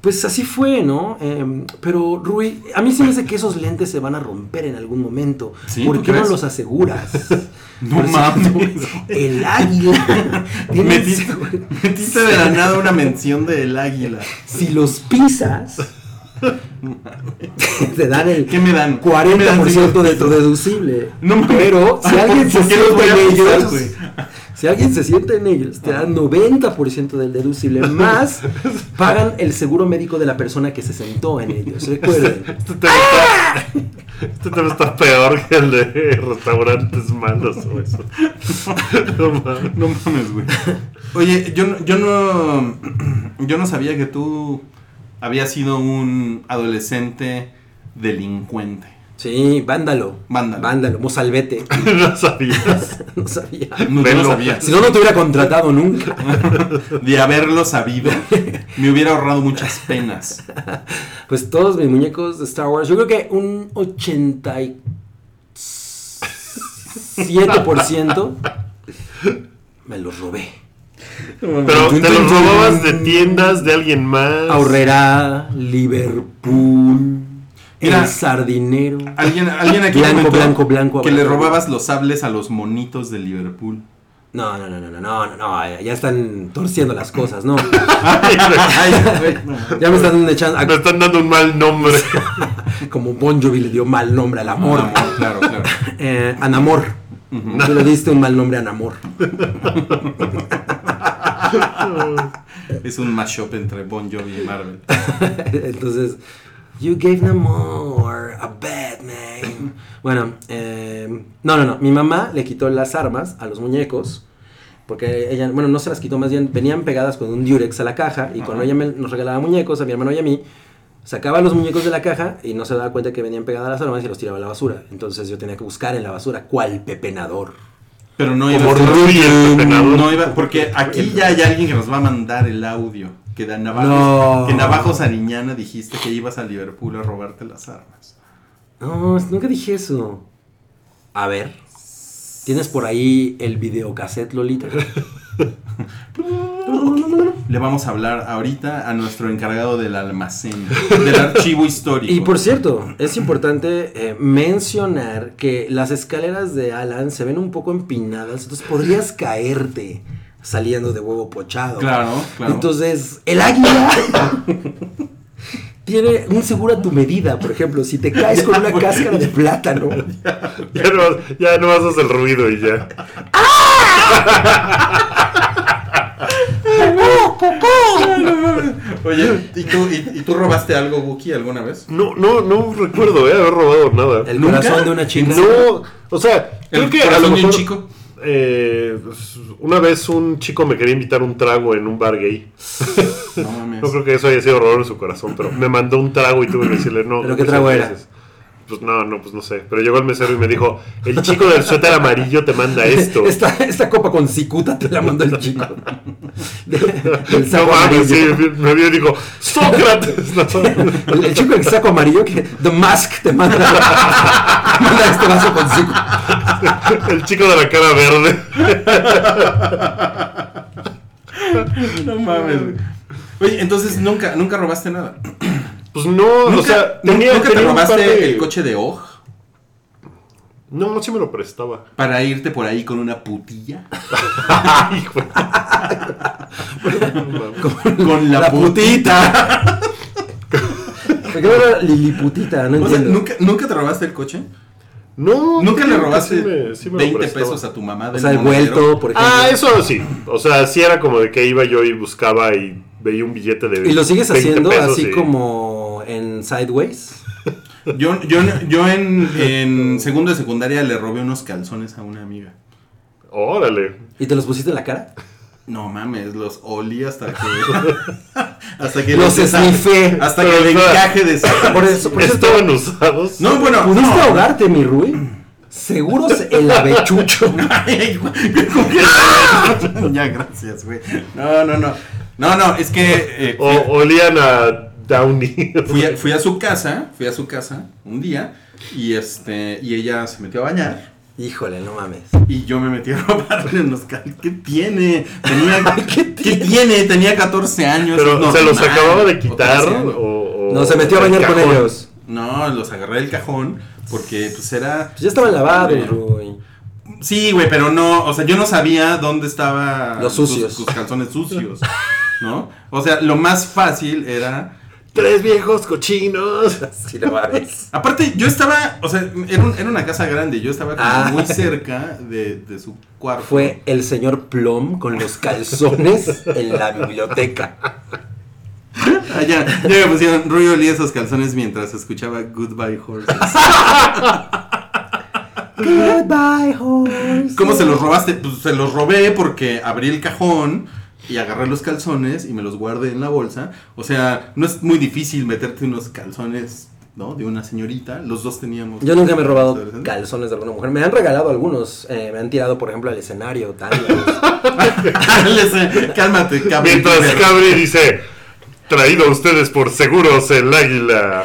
Speaker 2: pues así fue, ¿no? Eh, pero Rui, a mí se me hace que esos lentes se van a romper en algún momento.
Speaker 3: ¿Sí?
Speaker 2: ¿Por
Speaker 3: ¿Tú
Speaker 2: qué no
Speaker 3: crees?
Speaker 2: los aseguras?
Speaker 3: <laughs> No
Speaker 2: Por
Speaker 3: mames.
Speaker 2: cierto, El
Speaker 3: <laughs>
Speaker 2: águila. tiene un
Speaker 3: Metiste,
Speaker 2: seguro.
Speaker 3: metiste de la nada una mención del águila.
Speaker 2: <laughs> Si los pisas, <laughs> te dan el
Speaker 3: ¿Qué me dan?
Speaker 2: 40% de
Speaker 3: de
Speaker 2: tu deducible.
Speaker 3: No mames.
Speaker 2: Pero si
Speaker 3: Ah,
Speaker 2: alguien se
Speaker 3: ¿por qué los
Speaker 2: siente
Speaker 3: voy
Speaker 2: en
Speaker 3: a pisar,
Speaker 2: ellos,
Speaker 3: güey? Ah.
Speaker 2: si alguien se siente en ellos, te dan 90% del
Speaker 3: <laughs>
Speaker 2: deducible más pagan el seguro médico de la persona que se sentó en ellos.
Speaker 3: <laughs>
Speaker 2: Recuerden.
Speaker 4: Este tema, está, este tema está peor que el de restaurantes malos o eso. <laughs> No mames.
Speaker 3: No mames, güey. Oye, yo, no- yo no. <clears throat> Yo no sabía que tú habías sido un adolescente delincuente.
Speaker 2: Sí, vándalo.
Speaker 3: Vándalo.
Speaker 2: Vándalo, mozalbete. <laughs>
Speaker 4: No sabías.
Speaker 2: No sabía.
Speaker 3: No, yo
Speaker 4: Velo.
Speaker 3: no sabía.
Speaker 2: Si no, no te hubiera contratado nunca.
Speaker 3: <laughs> De haberlo sabido, me hubiera ahorrado muchas penas.
Speaker 2: Pues todos mis muñecos de Star Wars, yo creo que un 87% me los robé.
Speaker 4: Pero te los robabas de tiendas de alguien más. <laughs>
Speaker 2: Ahorrera, Liverpool,
Speaker 3: Mira.
Speaker 2: el sardinero.
Speaker 3: Alguien, alguien aquí
Speaker 2: Blanco,
Speaker 3: comentó
Speaker 2: blanco, blanco,
Speaker 3: que le
Speaker 2: blanco.
Speaker 3: robabas los sables a los monitos de Liverpool.
Speaker 2: No, no, no, no, no, no, no, no, ya están torciendo las cosas, no.
Speaker 3: <laughs> Ay, güey, no.
Speaker 2: Ya me están echando
Speaker 4: Me
Speaker 2: a-
Speaker 4: están dando un mal nombre. <laughs>
Speaker 2: como Bon Jovi le dio mal nombre al amor.
Speaker 3: Amor, claro, claro.
Speaker 2: Eh, Anamor. Tú le diste un mal nombre a Anamor.
Speaker 3: Es un mashup entre Bon Jovi y Marvel.
Speaker 2: <laughs> Entonces, you gave Namor a bad name. Bueno, eh, no, no, no. Mi mamá le quitó las armas a los muñecos. Porque ella, bueno, no se las quitó, más bien venían pegadas con un Durex a la caja. Y cuando ella me- nos regalaba muñecos, a mi hermano y a mí, sacaba los muñecos de la caja y no se daba cuenta que venían pegadas las armas y los tiraba a la basura. Entonces yo tenía que buscar en la basura cuál pepenador.
Speaker 3: Pero no iba
Speaker 4: Como Rudy el pepenador.
Speaker 3: No iba, porque aquí ya hay alguien que nos va a mandar el audio. Que de Navajos,
Speaker 2: No.
Speaker 3: que Navajos Ariñana dijiste que ibas a Liverpool a robarte las armas.
Speaker 2: No, nunca dije eso. A ver. ¿Tienes por ahí el videocassette, Lolita?
Speaker 3: Le vamos a hablar ahorita a nuestro encargado del almacén, del archivo histórico.
Speaker 2: Y por cierto, es importante eh, mencionar que las escaleras de Alan se ven un poco empinadas, entonces podrías caerte saliendo de huevo pochado.
Speaker 3: Claro, claro.
Speaker 2: Entonces, el águila
Speaker 4: <laughs>
Speaker 2: tiene un seguro a tu medida, por ejemplo, si te caes con una cáscara de plátano.
Speaker 4: Ya no, ya no haces el ruido y ya.
Speaker 3: Oye, ¿y tú, y, y tú robaste algo, Buki, alguna vez?
Speaker 4: No, no, no recuerdo eh, haber robado nada.
Speaker 2: El
Speaker 3: ¿Nunca?
Speaker 2: corazón de una chica.
Speaker 4: No, o sea, creo
Speaker 3: ¿El
Speaker 4: que a lo
Speaker 3: corazón de un
Speaker 4: mejor,
Speaker 3: chico?
Speaker 4: eh, pues, una vez un chico me quería invitar un trago en un bar gay.
Speaker 3: No mames.
Speaker 4: No creo que eso haya sido horror en su corazón, pero me mandó un trago y tuve que decirle no.
Speaker 2: ¿Pero qué
Speaker 4: muchas
Speaker 2: trago era?
Speaker 4: gracias. Pues no, no, pues no sé. Pero llegó el mesero y me dijo, el chico del suéter amarillo te manda
Speaker 2: <laughs>
Speaker 4: esto.
Speaker 2: Esta, esta copa con cicuta te la mandó el
Speaker 4: <laughs>
Speaker 2: chico. De- del
Speaker 4: No
Speaker 2: saco
Speaker 4: mames, sí,
Speaker 2: amarillo.
Speaker 4: me vio y dijo,
Speaker 2: <laughs>
Speaker 4: ¡Sócrates! No.
Speaker 2: El, el chico del saco amarillo que The Mask te manda. Manda este vaso con suco.
Speaker 4: El chico de la cara verde.
Speaker 3: No mames. güey. Oye, entonces nunca, nunca robaste nada.
Speaker 4: Pues no,
Speaker 3: ¿Nunca,
Speaker 4: o sea,
Speaker 3: nun-
Speaker 4: tenía,
Speaker 3: nunca te
Speaker 4: tenía un par
Speaker 3: robaste
Speaker 4: de-
Speaker 3: el coche de Oj
Speaker 4: No, no sí me lo prestaba.
Speaker 3: para irte por ahí con una
Speaker 4: <laughs>
Speaker 3: putilla?
Speaker 2: <laughs>
Speaker 4: Ay, güey.
Speaker 3: con la,
Speaker 2: La putita.
Speaker 3: putita.
Speaker 4: <laughs>
Speaker 2: ¿Por qué no era liliputita? No
Speaker 3: O sea,
Speaker 2: entiendo.
Speaker 3: ¿nunca, ¿nunca te robaste el coche?
Speaker 4: No.
Speaker 3: ¿Nunca le
Speaker 4: creo que
Speaker 3: robaste
Speaker 4: sí me- sí me lo
Speaker 3: 20
Speaker 4: prestaba.
Speaker 3: pesos a tu mamá?
Speaker 2: O
Speaker 3: del
Speaker 2: sea, el
Speaker 3: monedero?
Speaker 2: vuelto, por ejemplo.
Speaker 4: Ah, eso sí. O sea, sí era como de que iba yo y buscaba y veía un billete de.
Speaker 2: ¿Y lo sigues
Speaker 4: 20
Speaker 2: haciendo
Speaker 4: pesos
Speaker 2: así
Speaker 4: y-
Speaker 2: como en Sideways?
Speaker 4: pues.
Speaker 3: Yo, yo, yo
Speaker 4: <laughs>
Speaker 3: en, en segundo de secundaria le robé unos calzones a una amiga.
Speaker 4: Órale.
Speaker 2: ¿Y te los pusiste en la cara?
Speaker 3: No mames, los olí hasta que.
Speaker 4: <laughs>
Speaker 3: <laughs> hasta que
Speaker 2: Los
Speaker 3: le-
Speaker 2: esnifé.
Speaker 3: Hasta que el
Speaker 4: Pero, o sea,
Speaker 3: encaje de
Speaker 2: Por eso, por eso te-
Speaker 4: Estaban usados.
Speaker 3: No, bueno.
Speaker 2: ¿Pudiste
Speaker 3: no.
Speaker 2: ahogarte, mi Rui? Seguro se- el avechucho.
Speaker 3: Ay, güey, ¿cómo que- ya, gracias, güey. No, no, no. No, no, es que eh,
Speaker 4: O, olían a Downey.
Speaker 3: fui, a, fui a su casa, fui a su casa un día y este y ella se metió a bañar
Speaker 2: Híjole, no mames.
Speaker 3: y yo me metí a <laughs> robarle los cal... ¿Qué tiene? Tenía, <laughs> ¿qué, tiene? Tenía 14 años.
Speaker 4: <laughs> Pero
Speaker 3: no,
Speaker 4: se los
Speaker 3: mal.
Speaker 4: acababa de
Speaker 3: O
Speaker 4: quitar.
Speaker 3: 13 años.
Speaker 4: O, o-
Speaker 2: No, se metió a
Speaker 4: el
Speaker 2: bañar con
Speaker 4: cajón.
Speaker 2: ellos.
Speaker 3: No, los agarré del cajón porque pues era
Speaker 2: Pues ya estaban lavados, Rui.
Speaker 3: Sí, güey, pero no, o sea, yo no sabía dónde estaba
Speaker 2: Los
Speaker 3: tus-
Speaker 2: sucios.
Speaker 3: tus calzones sucios, ¿no? O sea, lo más fácil era
Speaker 4: Tres viejos cochinos.
Speaker 2: Sí, no mames.
Speaker 3: Aparte, yo estaba, o sea, era, un- era una casa grande, yo estaba como
Speaker 2: Ah.
Speaker 3: muy cerca de, de su cuarto. <laughs>
Speaker 2: Fue el señor Plom con los calzones en la biblioteca.
Speaker 3: Ah, ya, ya me pusieron, Rui olía esos calzones mientras escuchaba Goodbye Horses.
Speaker 2: Goodbye, horse.
Speaker 3: ¿Cómo se los robaste? Pues se los robé porque abrí el cajón y agarré los calzones y me los guardé en la bolsa. O sea, no es muy difícil meterte unos calzones, ¿no? De una señorita, los dos teníamos.
Speaker 2: Yo nunca me he
Speaker 3: <laughs>
Speaker 2: robado calzones de alguna mujer. Me han regalado algunos. eh, me han tirado, por ejemplo, al escenario. Tal,
Speaker 3: Les- Cálmate, cabrón. Pues
Speaker 4: Mientras Cabri dice. Traído a ustedes por seguros el águila.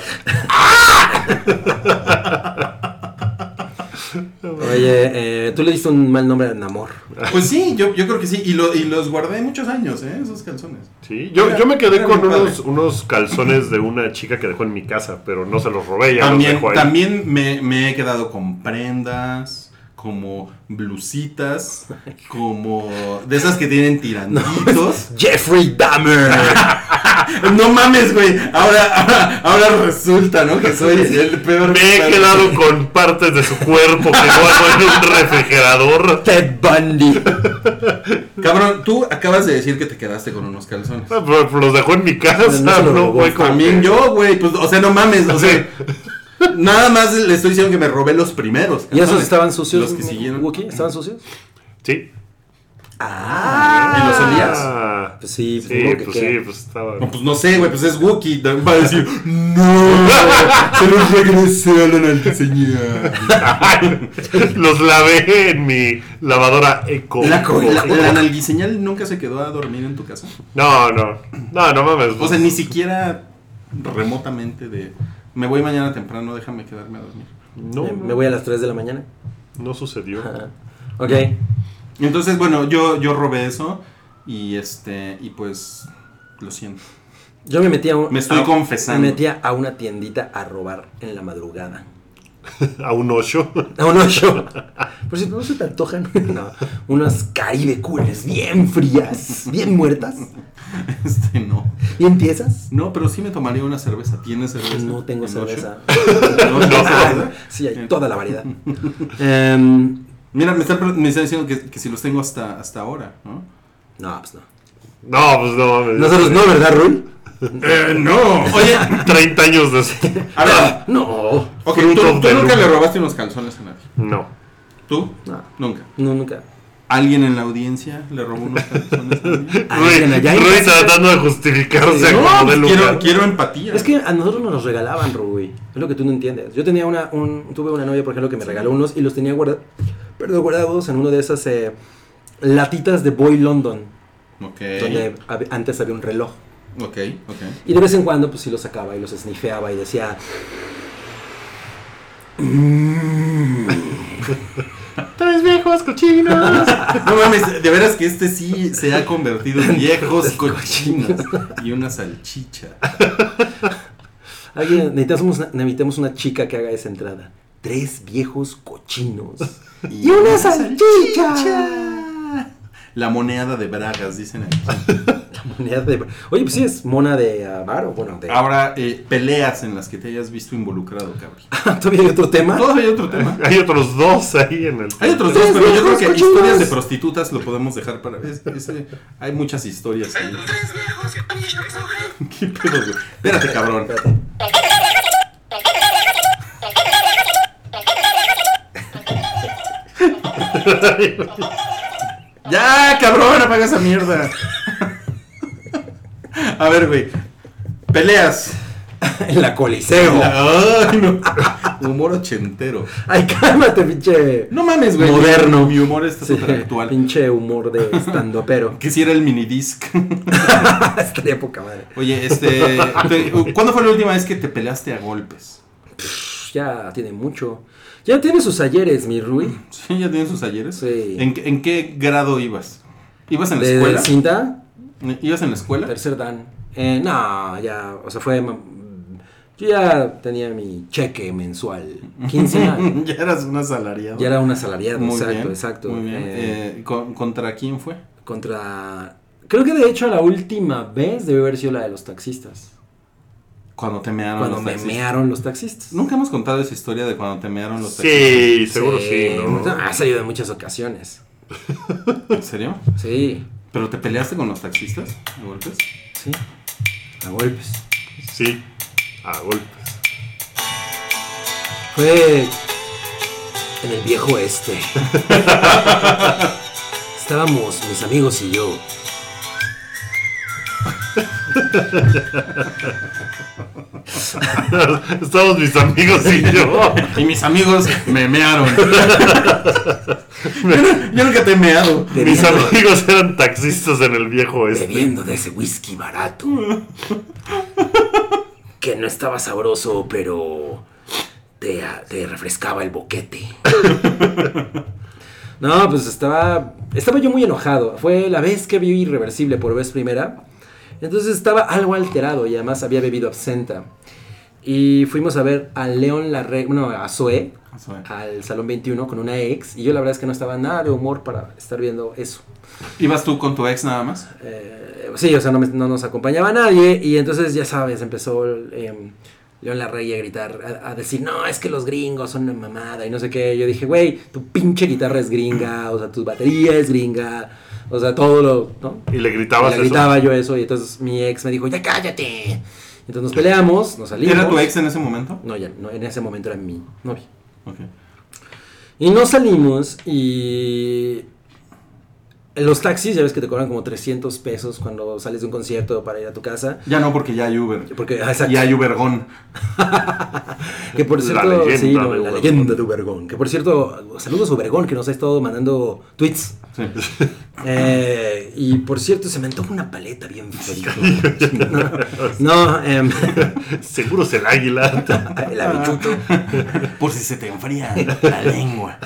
Speaker 2: Oye, eh, tú le diste un mal nombre a Namor.
Speaker 3: Pues sí, yo, yo creo que sí. Y, lo- y los guardé muchos años, ¿eh? Esos calzones.
Speaker 4: Sí, yo,
Speaker 3: Era-
Speaker 4: yo me quedé
Speaker 3: era
Speaker 4: con
Speaker 3: muy padre.
Speaker 4: unos, unos calzones de una chica que dejó en mi casa, pero no se los robé, ya los
Speaker 3: También,
Speaker 4: dejó ahí.
Speaker 3: también me, me he quedado con prendas, como blusitas, como de esas que
Speaker 2: <laughs>
Speaker 3: tienen tirantitos.
Speaker 2: Jeffrey Dahmer.
Speaker 3: <laughs> No, mames, güey. Ahora, ahora, ahora resulta, ¿no? Que soy el peor.
Speaker 4: Me he quedado con partes de su cuerpo que guardo en un refrigerador.
Speaker 2: Ted Bundy.
Speaker 3: Cabrón, tú acabas de decir que te quedaste con
Speaker 2: <laughs>
Speaker 3: unos calzones.
Speaker 4: Ah, pero Los dejó en mi casa,
Speaker 2: No se lo
Speaker 4: no,
Speaker 2: robó,
Speaker 4: güey, como
Speaker 3: También
Speaker 4: que-
Speaker 3: yo, güey. Pues, o sea, no mames. O
Speaker 4: Sí.
Speaker 3: sea, nada más le estoy diciendo que me robé los primeros.
Speaker 2: ¿Y esos
Speaker 3: calzones.
Speaker 2: estaban sucios?
Speaker 3: Los que siguieron.
Speaker 2: Wookie, ¿Estaban sucios?
Speaker 4: Sí.
Speaker 3: ¿Y los olías?
Speaker 4: Ah,
Speaker 2: Pues sí,
Speaker 4: sí,
Speaker 2: pues supongo que
Speaker 4: pues
Speaker 2: queda.
Speaker 4: sí, pues estaba.
Speaker 3: No, pues no sé, güey, pues es Wookiee. <laughs> Va a decir, no, <laughs> se los regresaron al señor.
Speaker 4: <laughs> Los lavé en mi lavadora eco.
Speaker 3: pues, La, la, la analguiseñal nunca se quedó a dormir en tu casa.
Speaker 4: No, no. No, no mames.
Speaker 3: O sea, ni siquiera remotamente de, me voy mañana temprano, déjame quedarme a dormir.
Speaker 4: No,
Speaker 2: Eh, Me voy a las 3 de la mañana.
Speaker 4: no sucedió.
Speaker 2: Ajá. Ok.
Speaker 3: Entonces, bueno, yo, yo robé eso y este, y pues, lo siento. <laughs>
Speaker 2: Yo me metí a un-
Speaker 3: Me estoy
Speaker 2: a-
Speaker 3: confesando.
Speaker 2: Me metía a una tiendita a robar en la madrugada.
Speaker 4: A un ocho.
Speaker 2: A un ocho. Por si no se te antojan. <laughs> No. Unas caribe cooles bien frías, bien muertas.
Speaker 3: Este, no.
Speaker 2: ¿Y empiezas?
Speaker 3: No, pero sí me tomaría una cerveza. ¿Tienes cerveza?
Speaker 2: No tengo
Speaker 3: ¿En
Speaker 2: cerveza.
Speaker 3: Ocho? <laughs>
Speaker 2: <laughs>
Speaker 3: ¿No, tienes
Speaker 2: Ah,
Speaker 3: cerveza?
Speaker 2: sí, hay
Speaker 3: Bien.
Speaker 2: toda la variedad. Em,
Speaker 3: Mira, me está, pre- me está diciendo que, que si los tengo hasta, hasta ahora, ¿no?
Speaker 2: no, pues no.
Speaker 4: <laughs> No, pues no mames.
Speaker 2: Nosotros no, ¿verdad, Rui?
Speaker 3: Eh, no. Ah, Oye,
Speaker 4: <laughs> 30 años después.
Speaker 3: a ver.
Speaker 2: Ah, No.
Speaker 3: Ok,
Speaker 4: Fruit
Speaker 3: tú,
Speaker 4: of
Speaker 3: tú
Speaker 4: the
Speaker 3: nunca
Speaker 4: loom.
Speaker 3: le robaste unos calzones a nadie.
Speaker 4: No.
Speaker 3: ¿Tú?
Speaker 2: No.
Speaker 3: Nunca.
Speaker 2: No, nunca.
Speaker 3: ¿Alguien en la audiencia le robó unos calzones a nadie?
Speaker 2: Ay,
Speaker 4: Rui,
Speaker 2: ya, ya, ya.
Speaker 4: Rui tratando de justificarse
Speaker 3: No,
Speaker 4: a como de
Speaker 3: pues <laughs> quiero,
Speaker 4: lugar.
Speaker 3: quiero empatía.
Speaker 2: Es que a nosotros nos los regalaban, Rui. Es lo que tú no entiendes. Yo tenía una, un, tuve una novia, por ejemplo, que me regaló unos y los tenía guarda- perdón, guardados en uno de esas eh, latitas de Boy London,
Speaker 3: Ok.
Speaker 2: donde hab- antes había un reloj.
Speaker 3: Ok, ok.
Speaker 2: Y de vez en cuando, pues sí los sacaba y los snifeaba y decía. "Mm,
Speaker 4: Tres viejos cochinos.
Speaker 3: No mames, de veras que este sí se ha convertido
Speaker 2: <laughs>
Speaker 3: en viejos cochinos y una salchicha.
Speaker 2: Alguien, necesitamos una, necesitamos una chica que haga esa entrada. Tres viejos
Speaker 3: <laughs>
Speaker 2: cochinos. <laughs> Y una salchicha.
Speaker 3: La moneda de Bragas, dicen aquí.
Speaker 2: Moneda de- Oye, pues sí, es mona de avaro. Bueno, de...
Speaker 3: Ahora, eh, peleas en las que te hayas visto involucrado,
Speaker 2: <laughs>
Speaker 3: cabrón.
Speaker 2: ¿Todavía hay otro tema?
Speaker 3: Todavía hay otro tema.
Speaker 4: Hay otros dos ahí en el.
Speaker 3: Hay otros dos,
Speaker 2: Tres
Speaker 3: pero yo creo
Speaker 2: viejos
Speaker 3: que
Speaker 2: cochinos.
Speaker 3: historias de prostitutas lo podemos dejar para. es- ese- hay muchas historias ahí. <laughs> ¿Qué pedo, güey? Espérate, cabrón. Ya, cabrón, apaga esa mierda. <laughs> A ver, güey. Peleas.
Speaker 2: En la Coliseo.
Speaker 3: La- ay, no. Humor ochentero.
Speaker 2: Ay, cálmate, pinche.
Speaker 3: No mames, güey.
Speaker 2: Moderno.
Speaker 3: Mi humor está
Speaker 2: Sí,
Speaker 3: súper actual.
Speaker 2: Pinche humor de estando,
Speaker 3: <laughs>
Speaker 2: pero.
Speaker 3: Quisiera el minidisc. <laughs>
Speaker 2: <laughs> Estaría poca madre.
Speaker 3: Oye, este. te- ¿Cuándo fue la última vez que te peleaste a golpes?
Speaker 2: Pff, Pues Ya tiene mucho. Ya tiene sus ayeres, mi Rui.
Speaker 3: Sí, ya tienen sus ayeres.
Speaker 2: Sí.
Speaker 3: ¿En, qué- en qué grado ibas? ¿Ibas en la
Speaker 2: De,
Speaker 3: escuela?
Speaker 2: cinta,
Speaker 3: ¿Ibas en la escuela?
Speaker 2: tercer dan. Eh, no, ya. O sea, fue. mm, Yo ya tenía mi cheque
Speaker 3: <laughs>
Speaker 2: mensual. Quincenal.
Speaker 3: ya eras un asalariado.
Speaker 2: ya era un asalariado.
Speaker 3: Muy
Speaker 2: exacto,
Speaker 3: bien,
Speaker 2: exacto.
Speaker 3: Muy bien.
Speaker 2: Eh,
Speaker 3: Eh, ¿con- ¿Contra quién fue?
Speaker 2: Contra. Creo que de hecho la última vez debe haber sido la de los taxistas.
Speaker 3: Cuando te mearon
Speaker 2: cuando
Speaker 3: los
Speaker 2: me
Speaker 3: taxis.
Speaker 2: mearon los taxistas.
Speaker 3: Nunca hemos contado esa historia de cuando te mearon los taxis.
Speaker 4: Sí, seguro sí, ¿no?
Speaker 2: Ha salido en muchas ocasiones.
Speaker 3: ¿En serio?
Speaker 2: Sí,
Speaker 3: ¿Pero te peleaste con los taxistas? ¿A golpes?
Speaker 2: sí. A golpes.
Speaker 4: Sí, a golpes. <laughs>
Speaker 2: Fue en el viejo este. Estábamos mis amigos y yo.
Speaker 4: Estamos mis amigos y yo.
Speaker 3: <laughs> Y mis amigos me mearon. yo, no- yo nunca te he meado.
Speaker 4: Mis
Speaker 2: Bebiendo,
Speaker 4: amigos eran taxistas en el viejo
Speaker 2: Pues,
Speaker 4: este.
Speaker 2: bebiendo de ese whisky barato. Que no estaba sabroso, pero te, te refrescaba el boquete. <laughs> No, pues estaba. Estaba yo muy enojado. Fue la vez que vi irreversible por vez primera. Entonces estaba algo alterado y además había bebido absenta. Y fuimos a ver a León Larre, no, a Zoé,
Speaker 3: Zoé.
Speaker 2: al Salón 21 con una ex. Y yo la verdad es que no estaba nada de humor para estar viendo eso.
Speaker 3: ¿Ibas tú con tu ex nada más?
Speaker 2: Eh, sí, o sea, no, me- no nos acompañaba nadie. Y entonces, ya sabes, empezó em, León Larrey a gritar, a, a decir, no, es que los gringos son una mamada y no sé qué. Yo dije, güey, tu pinche guitarra es gringa, o sea, tu batería es gringa, o sea, todo lo, ¿no?
Speaker 4: Y le
Speaker 2: Y
Speaker 4: gritabas
Speaker 2: le
Speaker 4: eso.
Speaker 2: gritaba yo eso y entonces mi ex me dijo, ya cállate. Entonces nos peleamos, nos salimos.
Speaker 3: ¿Era tu ex en ese momento?
Speaker 2: No, ya, no, en ese momento era mi novia.
Speaker 3: Ok.
Speaker 2: Y nos salimos y... Los taxis, ya ves que te cobran como 300 pesos cuando sales de un concierto para ir a tu casa.
Speaker 3: Ya no, porque ya hay Uber.
Speaker 2: Porque, ah, exacto.
Speaker 3: Y hay Ubergón.
Speaker 2: Que por
Speaker 4: La
Speaker 2: cierto,
Speaker 4: leyenda
Speaker 2: sí, no,
Speaker 4: de
Speaker 2: la
Speaker 4: Ubergón.
Speaker 2: leyenda de Ubergón. Que por cierto, saludos a Ubergón, que nos ha estado mandando tweets.
Speaker 3: Sí.
Speaker 2: Eh, y por cierto, se me antoja una paleta bien
Speaker 4: <laughs>
Speaker 2: fría. No, em,
Speaker 4: <laughs>
Speaker 2: <laughs>
Speaker 4: Seguro es el águila. <laughs>
Speaker 2: el habichucho.
Speaker 3: Por si se te enfría la lengua.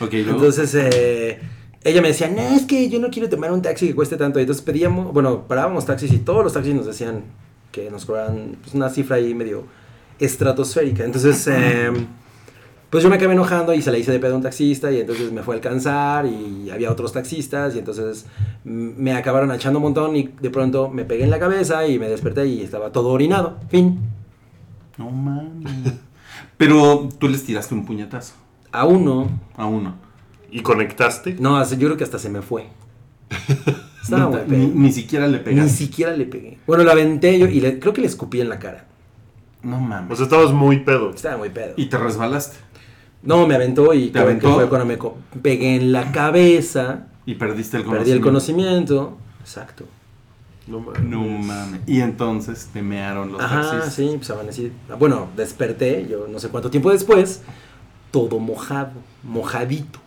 Speaker 3: Ok, luego.
Speaker 2: Entonces, eh, ella me decía, no, es que yo no quiero tomar un taxi que cueste tanto. Y entonces pedíamos, bueno, parábamos taxis y todos los taxis nos decían que nos cobraban pues, una cifra ahí medio estratosférica. Entonces, eh, pues yo me acabé enojando y se la hice de pedo a un taxista y entonces me fue a alcanzar y había otros taxistas y entonces mm, me acabaron achando un montón y de pronto me pegué en la cabeza y me desperté y estaba todo orinado. Fin.
Speaker 3: No mames. Pero tú les tiraste un puñetazo
Speaker 2: A uno.
Speaker 3: a uno.
Speaker 4: ¿Y conectaste?
Speaker 2: No, así- yo creo que hasta se me fue. Estaba muy
Speaker 3: ni,
Speaker 2: pedo.
Speaker 3: ni siquiera le
Speaker 2: Ni
Speaker 3: pegaste.
Speaker 2: siquiera le pegué. Bueno, la aventé yo y le- creo que le escupí en la cara.
Speaker 3: No
Speaker 4: O
Speaker 3: mames.
Speaker 4: sea, estabas muy pedo.
Speaker 2: Estaba muy pedo.
Speaker 3: Y te resbalaste.
Speaker 2: No, me aventó y creo
Speaker 3: aventó?
Speaker 2: que fue cuando me co- pegué en la cabeza.
Speaker 3: Y perdiste el conocimiento.
Speaker 2: Perdí el conocimiento. Exacto.
Speaker 4: No mames.
Speaker 3: No mames. Y entonces te mearon los
Speaker 2: Ajá,
Speaker 3: taxistas.
Speaker 2: sí, pues amanecí. Bueno, desperté, yo no sé cuánto tiempo después, todo mojado, mojadito.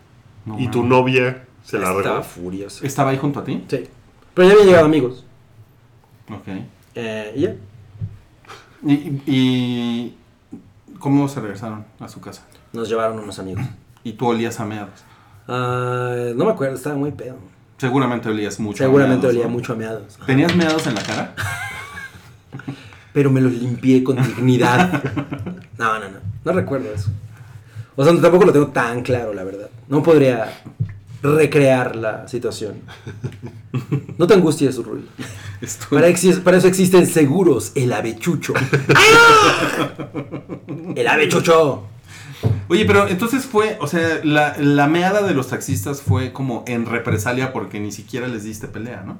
Speaker 3: No
Speaker 4: Y tu
Speaker 3: mames.
Speaker 4: novia se la
Speaker 2: Estaba
Speaker 4: regó.
Speaker 2: furioso.
Speaker 3: ¿Estaba ahí junto a ti?
Speaker 2: Sí. Pero ya habían llegado amigos.
Speaker 3: Ok.
Speaker 2: Eh, y ya.
Speaker 3: ¿Y, y- y cómo se regresaron a su casa?
Speaker 2: Nos llevaron unos amigos.
Speaker 3: y tú olías a meados.
Speaker 2: Ah, no me acuerdo, estaba muy pedo.
Speaker 3: Seguramente olías mucho. a
Speaker 2: Seguramente
Speaker 3: meados,
Speaker 2: olía
Speaker 3: ¿no?
Speaker 2: mucho a meados.
Speaker 3: ¿Tenías meados en
Speaker 2: <laughs>
Speaker 3: la cara?
Speaker 2: Pero me los limpié con
Speaker 3: <laughs>
Speaker 2: dignidad. No, no, no. No recuerdo eso. O sea, tampoco lo tengo tan claro, la verdad. No podría recrear la situación. No te angusties, Rui.
Speaker 3: Estoy-
Speaker 2: Para, exis- para eso existen seguros. El
Speaker 3: <laughs>
Speaker 2: avechucho. ¡Ah! El avechucho.
Speaker 3: Oye, pero entonces fue, o sea, la, la meada de los taxistas fue como en represalia porque ni siquiera les diste pelea, ¿no?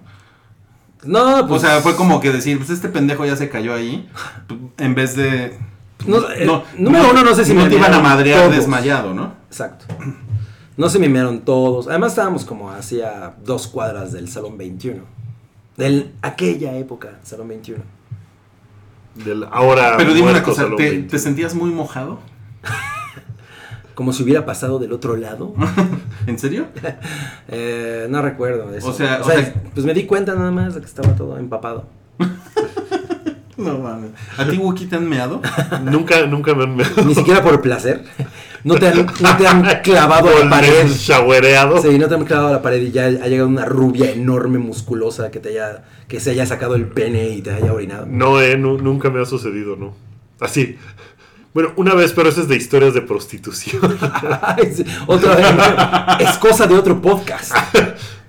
Speaker 2: No,
Speaker 3: O
Speaker 2: pues.
Speaker 3: sea, fue como que decir, pues este pendejo ya se cayó ahí, en vez de...
Speaker 2: No, eh, número uno, no sé si
Speaker 3: no
Speaker 2: me
Speaker 3: te iban a
Speaker 2: dieron
Speaker 3: madrear
Speaker 2: todos.
Speaker 3: desmayado, ¿no?
Speaker 2: Exacto. No se mimearon todos. Además estábamos como hacia dos cuadras del Salón 21. Del aquella época, Salón 21.
Speaker 4: Del ahora.
Speaker 3: Pero dime una
Speaker 4: muerto
Speaker 3: cosa,
Speaker 4: Salón
Speaker 3: ¿te,
Speaker 4: 20.
Speaker 3: te sentías muy mojado? <laughs>
Speaker 2: Como si hubiera pasado del otro lado.
Speaker 3: ¿En serio?
Speaker 2: Eh, no recuerdo de eso.
Speaker 3: O sea, o sea-
Speaker 2: pues me di cuenta nada más de que estaba todo empapado.
Speaker 3: No mames. ¿A ti, Wookie, te han meado?
Speaker 4: Nunca, nunca me han
Speaker 2: Ni siquiera por placer. No te han, no te han <laughs> clavado a la pared.
Speaker 4: Shawereado.
Speaker 2: Sí, no te han clavado a la pared y ya ha llegado una rubia enorme, musculosa, que te haya, que se haya sacado el pene y te haya orinado. <laughs>
Speaker 4: No, eh, nu- nunca me ha sucedido, no. Así. Bueno, una vez, pero eso es de historias de prostitución. <laughs>
Speaker 2: Ay, sí, Otra vez. Es cosa de otro podcast.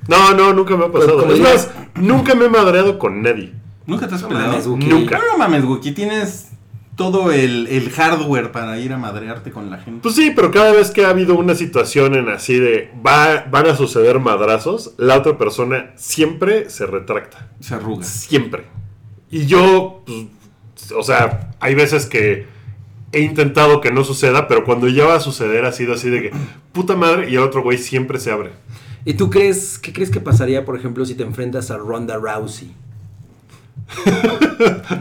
Speaker 4: No, no, nunca me ha pasado.
Speaker 2: como
Speaker 4: es
Speaker 2: digas-
Speaker 4: más, nunca me he madreado con nadie.
Speaker 3: ¿Nunca te has
Speaker 2: mames,
Speaker 3: peleado?
Speaker 2: Wookie.
Speaker 4: Nunca.
Speaker 3: No, no mames, Wookie, tienes todo el, el hardware para ir a madrearte con la gente.
Speaker 4: Pues sí, pero cada vez que ha habido una situación en así de va, van a suceder madrazos, la otra persona siempre se retracta.
Speaker 2: Pues,
Speaker 3: Se arruga.
Speaker 4: Siempre. Y yo, pues, o sea, hay veces que he intentado que no suceda, pero cuando ya va a suceder ha sido así de que puta madre y el otro güey siempre se abre. <laughs>
Speaker 2: ¿Y tú crees, qué crees que pasaría, por ejemplo, si te enfrentas a Ronda Rousey?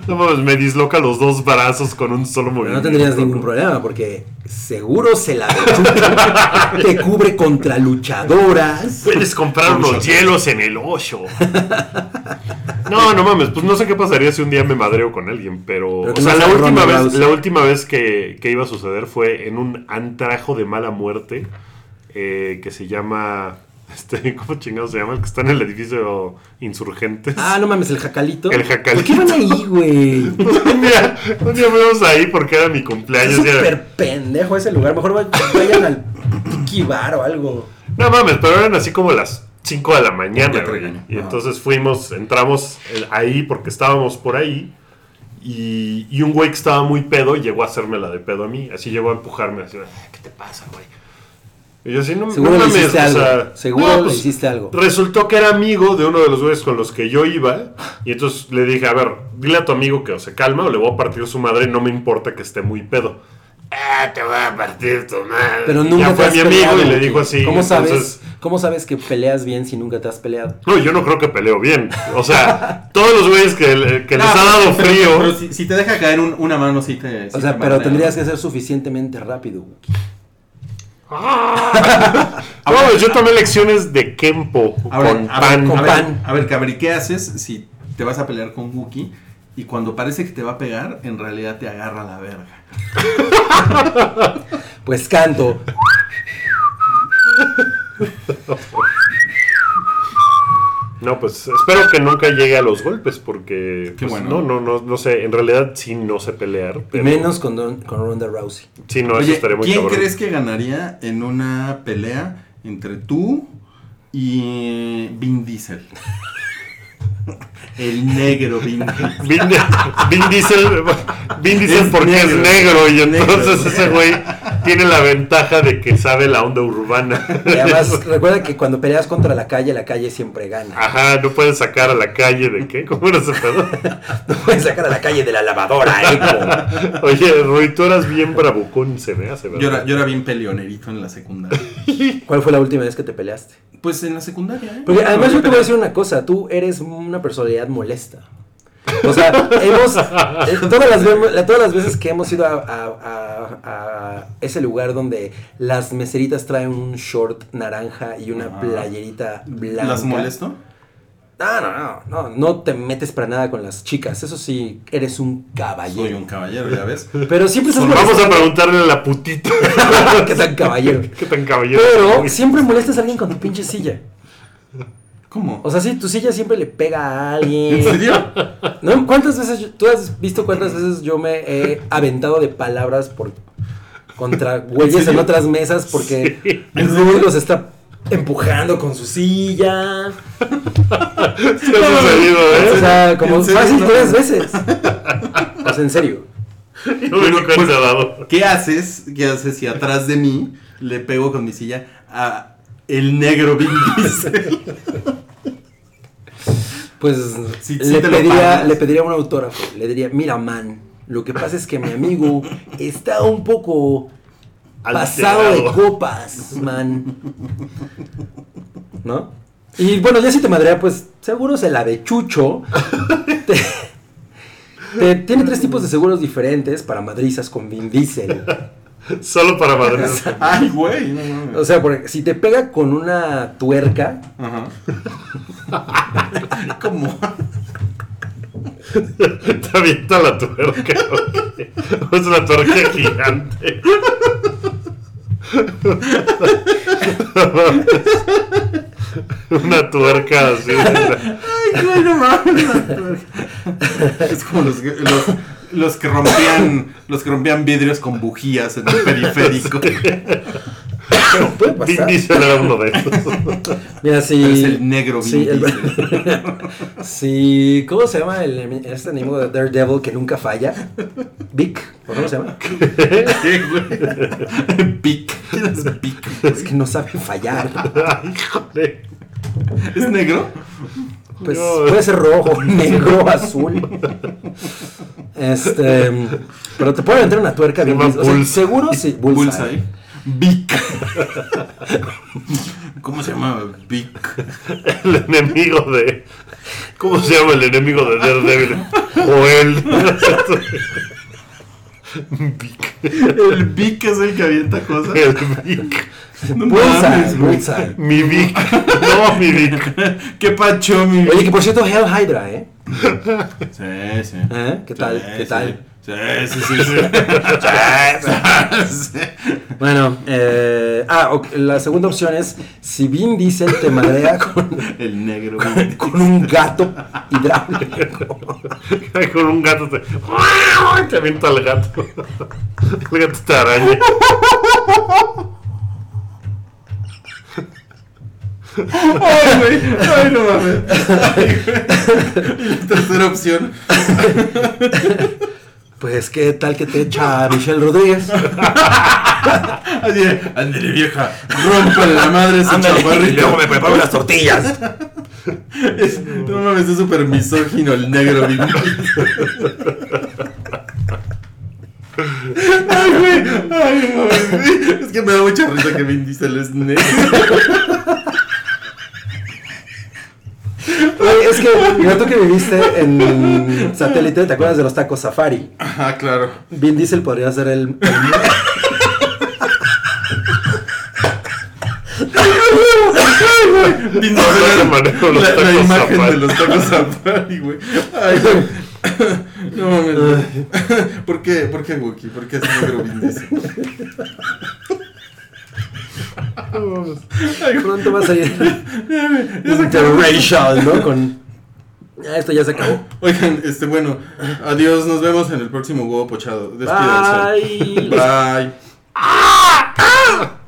Speaker 4: No mames, me disloca los dos brazos con un solo
Speaker 2: Pero
Speaker 4: movimiento.
Speaker 2: no tendrías ningún problema porque seguro se la <laughs> dechucha. te cubre contra luchadoras.
Speaker 4: Puedes comprar unos hielos en
Speaker 2: <laughs>
Speaker 4: el hoyo. No, no mames, pues no sé qué pasaría si un día me madreo con alguien, pero.
Speaker 2: Pero que
Speaker 4: o sea,
Speaker 2: no sea
Speaker 4: la última,
Speaker 2: Ronda
Speaker 4: vez,
Speaker 2: Rousey.
Speaker 4: la última vez que, que iba a suceder fue en un antrajo de mala muerte eh, que se llama. <laughs> Este, ¿Cómo chingado se llama? El que está en el edificio Insurgentes.
Speaker 2: Ah, no mames, el jacalito.
Speaker 4: El
Speaker 2: ¿Por
Speaker 4: jacalito.
Speaker 2: qué van ahí, güey?
Speaker 4: <laughs> un, día, un día fuimos ahí porque era mi
Speaker 2: Es
Speaker 4: cumpleaños. y era-
Speaker 2: súper pendejo ese lugar. Mejor vay- vayan al Tiki Bar o algo.
Speaker 4: No mames, pero eran así como las 5 de la mañana,
Speaker 3: Ya te
Speaker 4: güey.
Speaker 3: regañé.
Speaker 4: Y
Speaker 3: Ajá.
Speaker 4: entonces fuimos, entramos eh, ahí porque estábamos por ahí. Y, y un güey que estaba muy pedo llegó a hacerme la de pedo a mí. Así llegó a empujarme. Así, ¿qué te pasa, güey? Y yo así, no,
Speaker 2: Seguro
Speaker 4: no
Speaker 2: le
Speaker 4: mames,
Speaker 2: hiciste
Speaker 4: o
Speaker 2: algo.
Speaker 4: sea,
Speaker 2: Seguro
Speaker 4: no,
Speaker 2: le
Speaker 4: pues,
Speaker 2: hiciste algo.
Speaker 4: Resultó que era amigo de uno de los güeyes con los que yo iba. Y entonces le dije, a ver, dile a tu amigo que o se calma o le voy a partir su madre. No me importa que esté muy pedo. Ah, te voy a partir tu madre.
Speaker 2: Pero
Speaker 4: Y
Speaker 2: nunca
Speaker 4: ya fue
Speaker 2: has
Speaker 4: mi amigo y
Speaker 2: peleado,
Speaker 4: le
Speaker 2: güey.
Speaker 4: dijo así.
Speaker 2: ¿Cómo sabes,
Speaker 4: entonces,
Speaker 2: ¿Cómo sabes que peleas bien si nunca te has peleado?
Speaker 4: no, yo no creo que peleo bien.
Speaker 3: <laughs>
Speaker 4: O sea, todos los güeyes que, le- que les
Speaker 3: Ah,
Speaker 4: ha dado
Speaker 3: pero-
Speaker 4: frío.
Speaker 3: Pero si, si te deja caer un- una mano, sí te. sí
Speaker 2: O
Speaker 3: te
Speaker 2: sea, pero
Speaker 3: madrea.
Speaker 2: tendrías que ser suficientemente rápido, güey.
Speaker 4: No, pues, yo tomé lecciones de Kempo
Speaker 3: ah, Ahora,
Speaker 4: con
Speaker 3: a ver,
Speaker 4: pan.
Speaker 3: a ver,
Speaker 2: pan.
Speaker 3: A ver, Cabri, ¿qué haces si te vas a pelear con Wookie y cuando parece que te va a pegar, en realidad te agarra la verga?
Speaker 2: Pues canto.
Speaker 4: No, pues espero que nunca llegue a los golpes porque
Speaker 3: Qué
Speaker 4: pues,
Speaker 3: bueno.
Speaker 4: no, no, no, no sé. En realidad sí no sé pelear.
Speaker 2: Y
Speaker 4: Pero
Speaker 2: menos con, Don- con Ronda Rousey.
Speaker 4: sí, no, eso
Speaker 3: Oye,
Speaker 4: estaría muy
Speaker 3: ¿quién
Speaker 4: cabrón.
Speaker 3: crees que ganaría en una pelea entre tú y Vin Diesel? El negro Vin Diesel. <laughs>
Speaker 4: Vin, Vin Diesel, Vin Diesel
Speaker 3: Es
Speaker 4: porque es
Speaker 3: negro.
Speaker 4: negro y
Speaker 3: Negro.
Speaker 4: entonces ese güey tiene la ventaja de que sabe la onda urbana.
Speaker 2: Y <laughs>
Speaker 4: <laughs>
Speaker 2: además, recuerda que cuando peleas contra la calle, la calle siempre gana.
Speaker 4: Ajá, no puedes sacar a la calle de qué, ¿cómo era ese pedo?
Speaker 2: No puedes sacar a la calle de la lavadora, eh, eco.
Speaker 4: Oye, Rui, tú eras bien bravucón, se me hace,
Speaker 3: Yo era,
Speaker 4: ¿verdad?
Speaker 3: yo era bien peleonerito en la secundaria.
Speaker 2: ¿Cuál fue la última vez que te peleaste?
Speaker 3: Pues en la secundaria, ¿eh?
Speaker 2: Porque además
Speaker 3: Pero
Speaker 2: yo te voy a decir una cosa, tú eres una personalidad molesta. O sea, hemos, eh, todas, las, ve- la- todas las veces que hemos ido a, a- a- a ese lugar donde las meseritas traen un short naranja y una
Speaker 3: Ajá.
Speaker 2: playerita blanca.
Speaker 3: ¿Las molesto?
Speaker 2: No, no, no, no, no te metes para nada con las chicas. Eso sí, eres un caballero.
Speaker 3: Soy un caballero, ya ves.
Speaker 2: Pero siempre estás
Speaker 4: Vamos a
Speaker 2: molestando-
Speaker 4: preguntarle a la putita. <laughs>
Speaker 2: ¿Qué tan caballero?
Speaker 4: ¿Qué tan caballero?
Speaker 2: Pero
Speaker 4: Uy,
Speaker 2: siempre molestas a alguien con tu pinche silla.
Speaker 3: ¿Cómo?
Speaker 2: O sea, sí, tu silla siempre le pega a alguien.
Speaker 3: ¿En <laughs> serio?
Speaker 2: ¿No? ¿Cuántas veces yo- tú has visto cuántas veces yo me he aventado de palabras por
Speaker 3: <laughs>
Speaker 2: contra güeyes en
Speaker 3: serio?
Speaker 2: otras mesas porque
Speaker 4: Sí.
Speaker 2: Rudy los está empujando con su silla?
Speaker 4: ¿qué ha sucedido, eh?
Speaker 2: O sea, como
Speaker 3: ¿En serio?
Speaker 2: fácil
Speaker 3: No.
Speaker 2: tres veces. O sea, en serio.
Speaker 4: Yo me di
Speaker 3: pues,
Speaker 4: cuenta, dado.
Speaker 3: ¿Qué haces? ¿Qué haces si atrás de mí le pego con mi silla a el negro Vin <laughs> Diesel?
Speaker 2: Pues
Speaker 3: Sí, sí
Speaker 2: le,
Speaker 3: te lo
Speaker 2: pediría,
Speaker 3: pagas.
Speaker 2: le pediría un autógrafo. Le diría, mira, man, lo que pasa es que mi amigo está un poco pasado de
Speaker 4: Alterado.
Speaker 3: <laughs>
Speaker 2: copas, man. ¿No? Y bueno, ya si te madrea, pues seguro se la de
Speaker 3: <laughs>
Speaker 2: chucho. Te- te- tiene tres tipos de seguros diferentes para madrizas con Vin Diesel.
Speaker 4: Solo para Madrid.
Speaker 3: Ay, güey. No, mames.
Speaker 2: O sea, porque si te pega con una tuerca,
Speaker 3: Ajá. ¿Cómo?
Speaker 4: Te avienta la tuerca. güey. Es una tuerca gigante.
Speaker 2: <laughs>
Speaker 4: <laughs> Una tuerca así.
Speaker 3: Ay, güey, no mames. Es como los, que- los, los que rompían los que rompían vidrios con bujías en el <laughs> periférico.
Speaker 2: puede pasar.
Speaker 4: Vin Diesel era uno
Speaker 3: <laughs>
Speaker 4: de esos.
Speaker 2: Mira, si.
Speaker 3: Pero es el negro Vin
Speaker 2: sí, el-
Speaker 3: Diesel.
Speaker 2: <laughs> Sí, ¿cómo se llama el, este enemigo de Daredevil que nunca falla? Vic, ¿o cómo se llama?
Speaker 3: ¿Qué, <laughs> güey? Pic. ¿Quién es Pic?
Speaker 2: Es que no sabe fallar.
Speaker 4: Ay, joder.
Speaker 3: ¿Es negro?
Speaker 2: Pues
Speaker 4: No.
Speaker 2: puede ser
Speaker 3: <laughs>
Speaker 2: rojo, negro, azul. Este, pero te puede entrar una tuerca bien.
Speaker 4: llama
Speaker 2: lisa. O sea,
Speaker 4: Bullseye.
Speaker 2: seguro
Speaker 3: <laughs>
Speaker 2: sí, bullseye.
Speaker 3: Bullseye. Vic. ¿Cómo se llama? Vic.
Speaker 4: El enemigo de. ¿Cómo se llama el enemigo de Daredevil? Joel. <laughs>
Speaker 3: El Vic es el que avienta cosas.
Speaker 4: El Vic.
Speaker 2: Bullseye,
Speaker 3: mames, güey.
Speaker 2: bullseye.
Speaker 4: Mi Vic. No, mi Vic.
Speaker 3: ¿Qué pacho, mi
Speaker 2: Oye, que por cierto, Hell Hydra, ¿eh?
Speaker 3: Sí, sí.
Speaker 2: ¿Eh? ¿Qué tal?
Speaker 3: Sí,
Speaker 2: ¿Qué
Speaker 3: sí.
Speaker 2: tal?
Speaker 3: Sí, sí, sí. sí. Sí, sí.
Speaker 2: Bueno, eh, ah, ok, la segunda opción es si Vin Diesel te madrea <laughs> con,
Speaker 3: El <laughs> negro.
Speaker 2: con- con un gato hidráulico.
Speaker 4: Con un gato te. Te avienta el gato. El gato te araña.
Speaker 3: Ay, güey. Ay, no mames. Ay, güey. Y la tercera opción.
Speaker 2: Pues, ¿qué tal que te echa Michelle Rodríguez?
Speaker 3: Así de, ándale, vieja. Rompa la madre ese chaparrito.
Speaker 2: preparo las tortillas.
Speaker 3: Es- no mames, es súper misógino el negro <laughs> Vin Diesel. Ay, güey. Ay, no mames. Es que me da mucha risa que Vin Diesel es negro.
Speaker 2: es que, mira tú que viviste en satélite, ¿te acuerdas de los tacos safari?
Speaker 3: Ajá, claro.
Speaker 2: Vin Diesel podría ser el.
Speaker 3: Vin
Speaker 4: Ahora se
Speaker 3: Diesel,
Speaker 4: manejo los
Speaker 3: la, la
Speaker 4: tacos
Speaker 3: imagen
Speaker 4: Safari.
Speaker 3: de los tacos safari, güey. Ay, güey. No mames. güey. <laughs> ¿Por qué? ¿Por qué Wookie? ¿Por qué es negro Vin Diesel?
Speaker 2: Pronto va a salir. Interracial, ¿no? Con. Ya, esto ya se acabó.
Speaker 3: Oigan, este, bueno, adiós, nos vemos en el próximo huevo pochado. Despídense.
Speaker 2: Bye.
Speaker 3: Bye.